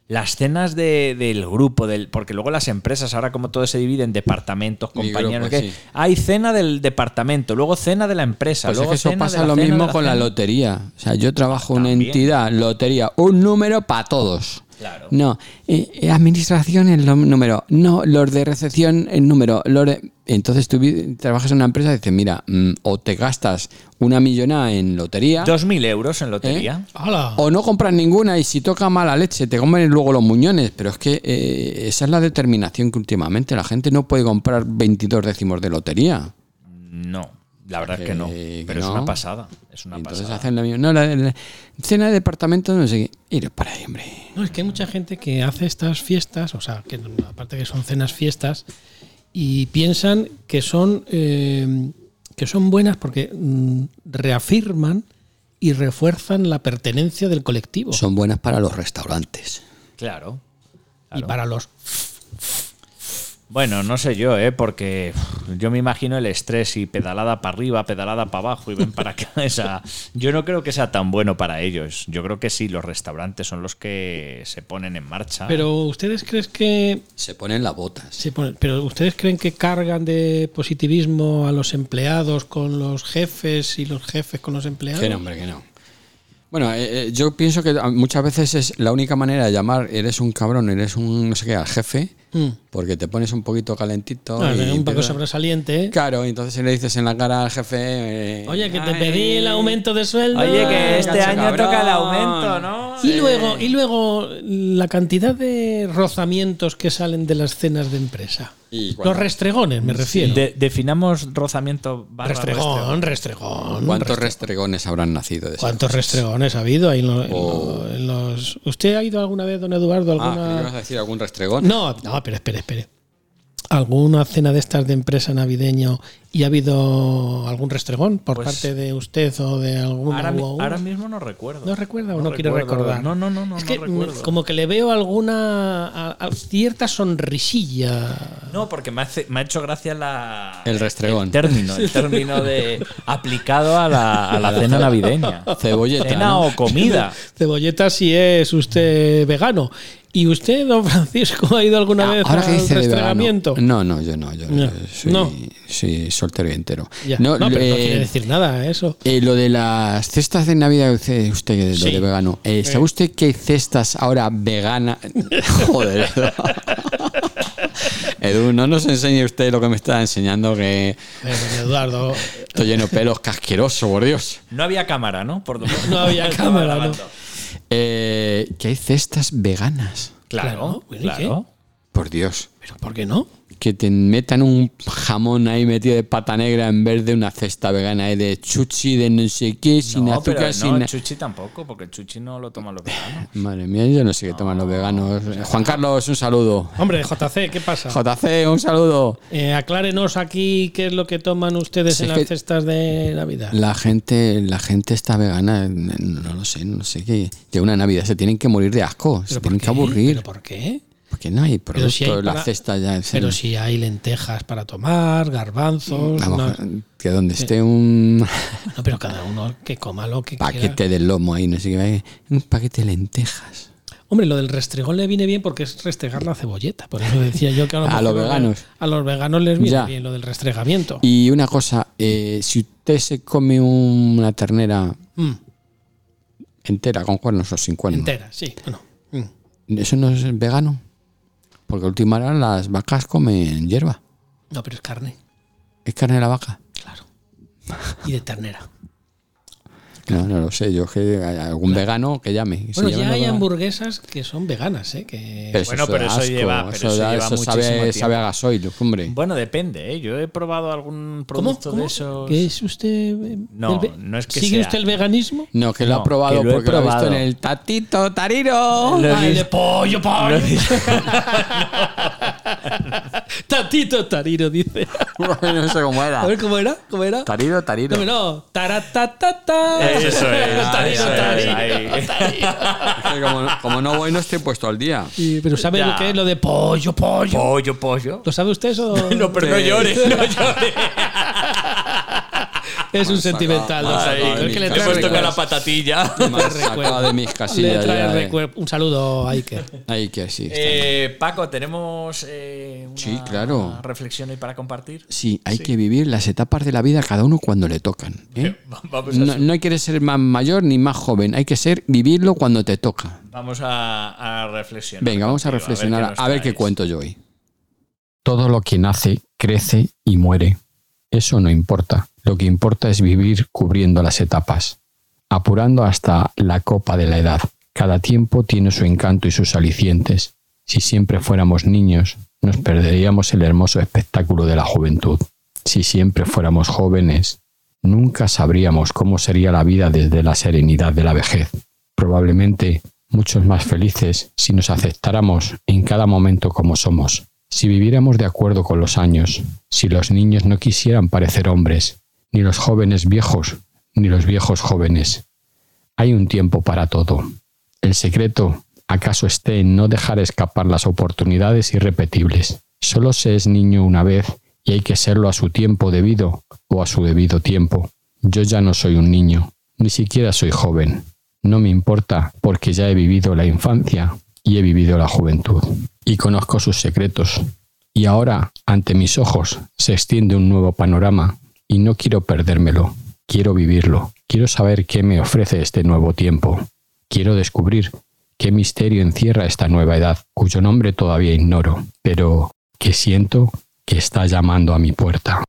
Speaker 2: Las cenas de- del grupo, del, porque luego las empresas, ahora como todo se divide en departamentos,
Speaker 3: Y grupo,
Speaker 2: compañeros, que
Speaker 3: sí.
Speaker 2: hay cena del departamento, luego cena de la empresa.
Speaker 3: Pues es
Speaker 2: luego
Speaker 3: que eso
Speaker 2: cena de
Speaker 3: pasa
Speaker 2: la
Speaker 3: lo
Speaker 2: cena,
Speaker 3: mismo
Speaker 2: de
Speaker 3: con la
Speaker 2: cena.
Speaker 3: lotería. O sea, yo trabajo en una
Speaker 2: También.
Speaker 3: entidad, lotería, un número para todos.
Speaker 2: Claro.
Speaker 3: No, eh, eh, administración el nom- número, no, los de recepción el número. los de- Entonces tú vi- trabajas en una empresa y dices, mira, mm, o te gastas una millonada en lotería, ¿Eh?
Speaker 2: 2.000 euros en lotería.
Speaker 4: ¡Hala!
Speaker 3: o no compras ninguna y si toca mala leche te comen luego los muñones. Pero es que eh, esa es la determinación que últimamente la gente no puede comprar 22 décimos de lotería.
Speaker 2: No, la verdad es que no.
Speaker 3: Eh, que
Speaker 2: Pero es
Speaker 3: no.
Speaker 2: una pasada. Es una
Speaker 3: Entonces
Speaker 2: pasada.
Speaker 3: hacen lo mismo. No, la, la- cena de departamento, no sé qué. Ir para ahí, hombre.
Speaker 4: No, es que hay mucha gente que hace estas fiestas, o sea, que aparte que son cenas fiestas, y piensan que son, eh, que son buenas porque mm, reafirman y refuerzan la pertenencia del colectivo.
Speaker 3: Son buenas para los restaurantes.
Speaker 2: Claro.
Speaker 4: Y para los
Speaker 2: Bueno, no sé yo, ¿eh? porque uf, yo me imagino el estrés y pedalada para arriba, pedalada para abajo y ven para acá. *laughs* O sea, yo no creo que sea tan bueno para ellos. Yo creo que sí, los restaurantes son los que se ponen en marcha.
Speaker 4: Pero ustedes creen que
Speaker 3: Se ponen las botas.
Speaker 4: se pone- pero ustedes creen que cargan de positivismo a los empleados con los jefes y los jefes con los empleados.
Speaker 3: Que no, hombre, que no. Bueno, eh, eh, yo pienso que ah, muchas veces es la única manera de llamar eres un cabrón, eres un no sé qué, al jefe,
Speaker 4: Mm.
Speaker 3: porque te pones un poquito calentito.
Speaker 4: Ah,
Speaker 3: y
Speaker 4: un poco
Speaker 3: empiezas-
Speaker 4: sobresaliente. ¿eh?
Speaker 3: Claro, y entonces le dices en la cara al jefe. eh,
Speaker 4: Oye, que te
Speaker 3: "Ay,
Speaker 4: pedí el aumento de sueldo.
Speaker 2: Oye, que este
Speaker 3: Cacho
Speaker 2: año
Speaker 3: cabrón.
Speaker 2: toca el aumento, ¿no?
Speaker 4: Y luego, y luego la cantidad de rozamientos que salen de las cenas de empresa.
Speaker 3: Y cuando-
Speaker 4: Los restregones, me refiero.
Speaker 2: De- definamos rozamiento barra restregón.
Speaker 4: restregón, restregón.
Speaker 3: ¿Cuántos restregones habrán nacido de ese
Speaker 4: ¿Cuántos
Speaker 3: entonces?
Speaker 4: restregones ha habido ahí en lo- en
Speaker 3: Oh.
Speaker 4: lo- en los... ¿Usted ha ido alguna vez, don Eduardo, a
Speaker 3: Ah,
Speaker 4: alguna...
Speaker 3: ¿creí que ibas a decir algún restregón?
Speaker 4: No, no, pero espere, espere. ¿Alguna cena de estas de empresa navideño y ha habido algún restregón por
Speaker 2: Pues-
Speaker 4: parte de usted o de algún
Speaker 2: Ahora, mi- ahora mismo no recuerdo.
Speaker 4: ¿No recuerda o no, quiere
Speaker 2: recuerdo.
Speaker 4: recordar?
Speaker 2: No, no, no, no,
Speaker 4: Es
Speaker 2: no
Speaker 4: que
Speaker 2: recuerdo.
Speaker 4: mm, como que le veo alguna a- a cierta sonrisilla.
Speaker 2: No, porque me, hace- me ha hecho gracia la,
Speaker 3: El restregón.
Speaker 2: el término,
Speaker 4: *laughs*
Speaker 2: el término de aplicado a la, a la cena navideña.
Speaker 3: Cebolleta,
Speaker 2: Cena
Speaker 3: ¿no?
Speaker 2: o *laughs*
Speaker 4: *laughs*
Speaker 2: comida.
Speaker 4: Cebolleta si es usted vegano. ¿Y usted, don Francisco, ha ido alguna
Speaker 3: Ah,
Speaker 4: vez
Speaker 3: Ahora que
Speaker 4: al
Speaker 3: dice de verano.
Speaker 4: restregamiento?
Speaker 3: No, no, yo no. Yo
Speaker 4: No.
Speaker 3: yo soy,
Speaker 4: No.
Speaker 3: soy soltero y entero.
Speaker 4: Ya. No, pero no
Speaker 3: eh,
Speaker 4: quiere decir nada eso.
Speaker 3: eh, lo de las cestas de Navidad, usted, usted que lo
Speaker 4: Sí.
Speaker 3: de vegano. eh, ¿Sabe usted que hay cestas ahora veganas? *laughs* Joder.
Speaker 2: *laughs*
Speaker 3: Edu, no nos enseñe usted lo que me está enseñando, que
Speaker 4: Eh, don Eduardo,
Speaker 3: estoy lleno de pelos casqueroso, por Dios.
Speaker 2: No había cámara, ¿no?
Speaker 3: *laughs*
Speaker 2: Por lo menos.
Speaker 4: No había
Speaker 2: Estaba
Speaker 4: cámara,
Speaker 2: grabando.
Speaker 4: no.
Speaker 3: Eh, que hay cestas veganas.
Speaker 2: Claro,
Speaker 4: Claro, bueno, ¿y
Speaker 2: claro.
Speaker 3: Por Dios.
Speaker 4: ¿pero por qué no?
Speaker 3: que te metan un jamón ahí metido de pata negra en vez de una cesta vegana ahí de chuchi, de no sé qué, sin
Speaker 2: No, pero
Speaker 3: azúcar, sin...
Speaker 2: no,
Speaker 3: na-
Speaker 2: Chuchi tampoco, porque el Chuchi no lo toman los veganos.
Speaker 3: Madre mía, yo no sé qué toman los veganos. Juan Carlos, un saludo.
Speaker 4: Hombre, JC, ¿qué pasa?
Speaker 3: JC, un saludo.
Speaker 4: Eh, aclárenos aquí qué es lo que toman ustedes
Speaker 3: Sí,
Speaker 4: en
Speaker 3: es
Speaker 4: las
Speaker 3: que-
Speaker 4: cestas de Navidad.
Speaker 3: La gente, la gente está vegana, no lo sé, no sé qué. Llega una Navidad, se tienen que morir de asco, se
Speaker 4: ¿Pero por
Speaker 3: tienen que
Speaker 4: qué?
Speaker 3: aburrir.
Speaker 4: ¿Pero por qué?
Speaker 3: Porque no hay
Speaker 4: Pero
Speaker 3: producto,
Speaker 4: si hay
Speaker 3: la
Speaker 4: para-
Speaker 3: cesta ya... en
Speaker 4: Pero
Speaker 3: serio.
Speaker 4: si hay lentejas para tomar, garbanzos.
Speaker 3: A lo
Speaker 4: no-
Speaker 3: mejor que donde esté un
Speaker 4: No, pero cada uno que coma lo que
Speaker 3: *laughs*
Speaker 4: quiera.
Speaker 3: paquete de lomo ahí, no sé qué, un paquete de lentejas.
Speaker 4: Hombre, lo del restregón le viene bien porque es restregar la cebolleta. Por eso decía yo que a, lo
Speaker 3: *laughs* A
Speaker 4: mejor
Speaker 3: los veganos.
Speaker 4: A los veganos les viene
Speaker 3: Ya.
Speaker 4: bien lo del restregamiento.
Speaker 3: Y una cosa, eh, si usted se come una ternera
Speaker 4: Mm,
Speaker 3: entera, con cuernos o sin cuernos,
Speaker 4: entera, sí. Bueno, mm.
Speaker 3: ¿eso no es vegano? Porque a última hora las vacas comen hierba.
Speaker 4: No, pero es carne,
Speaker 3: ¿Es carne de la vaca?
Speaker 4: claro. Y
Speaker 3: *laughs*
Speaker 4: de ternera.
Speaker 3: No, no lo sé. Yo es que hay algún vegano que llame. Si
Speaker 4: Bueno,
Speaker 3: llama
Speaker 4: ya
Speaker 3: una
Speaker 4: hay
Speaker 3: vaca-
Speaker 4: hamburguesas que son veganas, ¿eh? Que...
Speaker 3: Pero
Speaker 2: Bueno, pero
Speaker 3: da
Speaker 2: eso lleva- pero eso
Speaker 3: da-
Speaker 2: lleva
Speaker 3: sabe,
Speaker 2: muchísimo
Speaker 3: sabe a gasoil, hombre.
Speaker 2: Bueno, depende, ¿eh? Yo he probado algún
Speaker 4: ¿Cómo?
Speaker 2: producto
Speaker 4: ¿Cómo?
Speaker 2: de esos.
Speaker 4: ¿Que es usted... eh,
Speaker 2: No,
Speaker 4: del ve-
Speaker 2: no es que
Speaker 4: ¿Sigue
Speaker 2: sea.
Speaker 4: usted el veganismo?
Speaker 3: No, que lo
Speaker 2: No,
Speaker 3: ha probado
Speaker 2: que lo he
Speaker 3: porque lo ha visto
Speaker 2: probado.
Speaker 3: en el tatito tariro.
Speaker 2: Lo he
Speaker 4: Ah, el de
Speaker 2: visto-
Speaker 4: pollo, pollo.
Speaker 2: lo he
Speaker 3: *laughs*
Speaker 2: visto-
Speaker 4: *laughs* Tatito
Speaker 2: *laughs*
Speaker 4: Tariro dice.
Speaker 3: no sé cómo
Speaker 4: A
Speaker 3: era.
Speaker 4: ver, ¿cómo era? ¿Cómo era?
Speaker 3: Tariro, tariro.
Speaker 4: No, no. Taratatata.
Speaker 2: Eso es,
Speaker 4: *laughs* Tariro,
Speaker 2: eso es,
Speaker 4: tariro,
Speaker 2: ahí.
Speaker 4: tariro.
Speaker 2: *laughs*
Speaker 3: Es que como, como no voy, no estoy puesto al día.
Speaker 4: Y- Pero ¿sabe
Speaker 2: Ya.
Speaker 4: lo que es lo de pollo, pollo?
Speaker 2: Pollo, pollo.
Speaker 4: ¿Lo sabe usted eso?
Speaker 2: *laughs* No, pero no llores,
Speaker 3: *laughs*
Speaker 2: no llores.
Speaker 4: *laughs* es un
Speaker 3: Más
Speaker 4: sentimental.
Speaker 3: sacado,
Speaker 4: don
Speaker 3: más
Speaker 4: Federico,
Speaker 3: sacado de
Speaker 4: es que
Speaker 3: mi
Speaker 4: le
Speaker 3: casa.
Speaker 4: trae
Speaker 3: Hemos tocado
Speaker 4: recuerdos.
Speaker 3: la *laughs*
Speaker 2: patatilla.
Speaker 3: Me has sacado de mis
Speaker 4: Le
Speaker 3: casillas.
Speaker 4: trae
Speaker 3: ya, eh.
Speaker 4: recuerdos. Un saludo, Iker.
Speaker 3: Ahí que sí. está bien.
Speaker 2: Eh, Paco, tenemos eh, una
Speaker 3: Sí, claro.
Speaker 2: reflexión hoy para compartir.
Speaker 3: Sí, hay que vivir las etapas de la vida cada uno cuando le tocan.
Speaker 2: *laughs*
Speaker 3: ¿eh?
Speaker 2: Vamos, a,
Speaker 3: No, no hay que ser más mayor ni más joven, hay que ser vivirlo cuando te toca.
Speaker 2: vamos a, a reflexionar.
Speaker 3: Venga, vamos a
Speaker 2: contigo,
Speaker 3: reflexionar, a ver,
Speaker 2: nos
Speaker 3: qué
Speaker 2: traes.
Speaker 3: cuento yo hoy. Todo lo que nace, crece y muere. Eso no importa. Lo que importa es vivir cubriendo las etapas, apurando hasta la copa de la edad. Cada tiempo tiene su encanto y sus alicientes. Si siempre fuéramos niños, nos perderíamos el hermoso espectáculo de la juventud. Si siempre fuéramos jóvenes, nunca sabríamos cómo sería la vida desde la serenidad de la vejez. Probablemente muchos más felices si nos aceptáramos en cada momento como somos, si viviéramos de acuerdo con los años, si los niños no quisieran parecer hombres, ni los jóvenes viejos, ni los viejos jóvenes. Hay un tiempo para todo. El secreto, acaso, esté en no dejar escapar las oportunidades irrepetibles, Solo se es niño una vez y hay que serlo a su tiempo debido o a su debido tiempo. Yo ya no soy un niño, ni siquiera soy joven. No me importa porque ya he vivido la infancia y he vivido la juventud y conozco sus secretos. Y ahora, ante mis ojos, se extiende un nuevo panorama y no quiero perdérmelo. Quiero vivirlo. Quiero saber qué me ofrece este nuevo tiempo. Quiero descubrir qué misterio encierra esta nueva edad, cuyo nombre todavía ignoro, pero que siento que está llamando a mi puerta.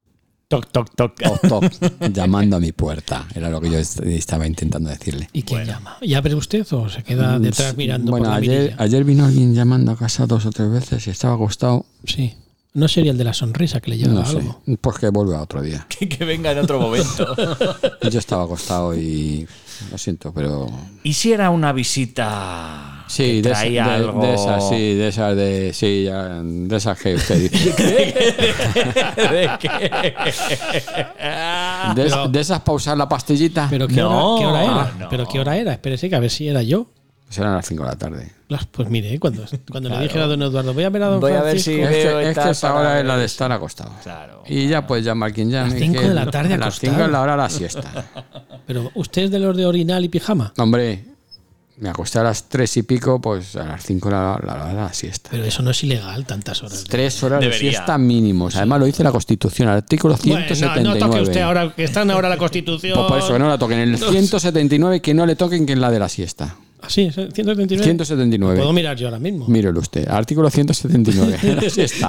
Speaker 2: Toc, toc, toc.
Speaker 7: Oh, Toc, toc, llamando a mi puerta. Era lo que yo est- estaba intentando decirle.
Speaker 4: ¿Y quién llama? ¿Ya abre usted o se
Speaker 2: Mm,
Speaker 4: queda detrás mirando
Speaker 7: bueno,
Speaker 4: por la
Speaker 7: ayer,
Speaker 4: mirilla?
Speaker 7: ayer vino alguien llamando a casa dos o tres veces y estaba acostado.
Speaker 4: Sí. No sería el de la sonrisa que le llevaba
Speaker 7: No sé,
Speaker 4: algo.
Speaker 7: pues que vuelva otro día.
Speaker 2: Que, *laughs* que venga en otro
Speaker 3: *laughs*
Speaker 2: momento.
Speaker 7: Yo estaba acostado y lo siento, pero...
Speaker 2: ¿Y si era una visita que
Speaker 7: Sí, de, esa-
Speaker 2: traía
Speaker 7: de-
Speaker 2: algo?
Speaker 7: de esas, sí, de esas, de, sí, ya, de esas que usted
Speaker 4: *laughs*
Speaker 7: dice.
Speaker 2: *laughs* ¿De qué?
Speaker 7: De, es- de esas pausar la pastillita.
Speaker 4: ¿Pero qué,
Speaker 2: No, Ah,
Speaker 4: hora, qué hora era?
Speaker 2: no.
Speaker 4: ¿Pero qué hora era? Espérese que a ver si era yo.
Speaker 7: Serán las 5 de la tarde.
Speaker 4: Las- Pues mire, cuando, cuando le dije a don Eduardo, voy a ver a don
Speaker 2: Voy a ver
Speaker 4: Francisco.
Speaker 2: si-
Speaker 7: Es
Speaker 2: veo
Speaker 7: que, es
Speaker 2: esta
Speaker 7: que esa hora
Speaker 2: para-
Speaker 7: es la de estar acostado.
Speaker 2: Claro.
Speaker 7: Y ya pues llama al quien llame.
Speaker 4: Las cinco
Speaker 7: que
Speaker 4: de la tarde
Speaker 7: a Las
Speaker 4: acostado.
Speaker 7: 5 es la hora de
Speaker 4: *laughs*
Speaker 7: la siesta.
Speaker 4: Pero usted es de los de orinal y pijama.
Speaker 7: Hombre, me acosté a las 3 y pico, pues a las 5 la la hora de la siesta.
Speaker 4: Pero eso no es ilegal, tantas horas. de-
Speaker 7: Tres horas
Speaker 2: Debería.
Speaker 7: de siesta mínimos. Además lo dice la Constitución, el artículo
Speaker 4: Bueno,
Speaker 7: 179.
Speaker 4: no, no toque usted ahora, que están ahora la Constitución.
Speaker 7: Pues por eso que no la toquen. El 179 que no le toquen que es la de la siesta.
Speaker 4: Ah, sí, es el 179.
Speaker 7: 179.
Speaker 4: Puedo mirar yo ahora mismo.
Speaker 7: Mírelo usted.
Speaker 4: *laughs*
Speaker 7: Artículo 179. *laughs* la siesta.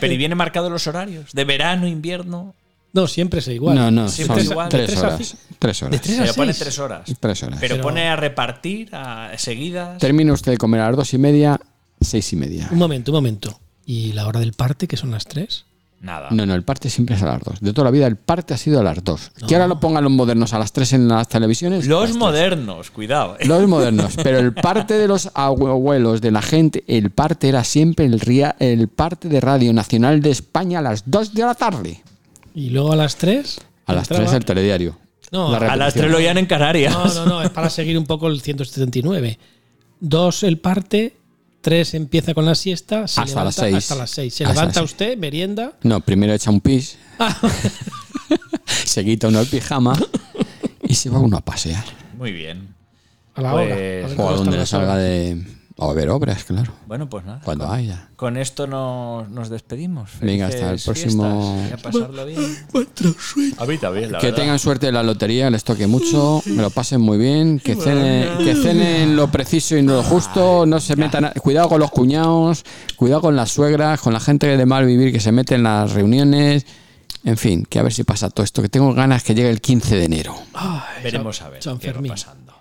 Speaker 2: Pero ¿y viene marcado los horarios? ¿De verano, invierno?
Speaker 4: No, siempre es igual.
Speaker 7: No, no,
Speaker 2: Sí,
Speaker 7: son
Speaker 2: tres a-
Speaker 7: tres
Speaker 4: tres a
Speaker 7: horas.
Speaker 4: cinco.
Speaker 7: Tres
Speaker 4: De
Speaker 7: horas.
Speaker 4: tres a
Speaker 2: Se le pone
Speaker 4: seis.
Speaker 2: tres horas.
Speaker 7: Tres horas.
Speaker 2: Pero pone a repartir a seguidas.
Speaker 7: Termina usted de comer a las dos y media, seis y media.
Speaker 4: Un momento, un momento. ¿Y la hora del parte, que son las tres?
Speaker 2: Nada.
Speaker 7: No, no, el parte siempre es a las dos. De toda la vida el parte ha sido a las dos. Que ahora lo pongan los modernos a las tres en las televisiones. pues,
Speaker 2: Los
Speaker 7: las tres.
Speaker 2: modernos, cuidado. eh.
Speaker 7: Los modernos, pero el parte de los abuelos, de la gente, el parte era siempre el, ria- el parte de Radio Nacional de España a las 2 de la tarde.
Speaker 4: ¿Y luego a las tres?
Speaker 7: A las
Speaker 4: entraba-
Speaker 7: 3 el telediario.
Speaker 4: No,
Speaker 7: la
Speaker 2: A las
Speaker 7: repetición.
Speaker 2: tres lo oían en
Speaker 7: *laughs*
Speaker 2: Canarias.
Speaker 4: No, no, no, es para seguir un poco el 179. Dos el parte, tres empieza con la siesta, se
Speaker 7: Hasta
Speaker 4: levanta
Speaker 7: las seis.
Speaker 4: hasta las seis. Se
Speaker 7: Hasta
Speaker 4: levanta
Speaker 7: las
Speaker 4: usted, merienda,
Speaker 7: No, primero echa un pis.
Speaker 4: Ah.
Speaker 7: *laughs* se quita uno el pijama y se va uno a pasear.
Speaker 2: *laughs* Muy bien.
Speaker 4: a la
Speaker 2: Pues,
Speaker 4: hora. a ver
Speaker 7: O
Speaker 4: cómo
Speaker 7: a donde
Speaker 4: está
Speaker 7: le
Speaker 4: la
Speaker 7: salga
Speaker 4: hora.
Speaker 7: de. O a ver obras, claro.
Speaker 2: Bueno, pues nada.
Speaker 7: Cuando haya.
Speaker 2: Con esto nos, nos despedimos.
Speaker 7: Venga, hasta el
Speaker 2: Felices
Speaker 7: próximo-
Speaker 2: fiestas y a pasarlo bien. A mí también, la
Speaker 7: Que
Speaker 2: verdad.
Speaker 7: tengan suerte en la lotería, les toque mucho, me lo pasen muy bien, que cenen, que cenen lo preciso y no lo justo, no se metan, a- cuidado con los cuñados, cuidado con las suegras, con la gente de mal vivir que se mete en las reuniones, en fin, que a ver si pasa todo esto, que tengo ganas que llegue el 15 de enero.
Speaker 2: Veremos a ver
Speaker 4: San
Speaker 2: qué va
Speaker 4: Fermín.
Speaker 2: pasando.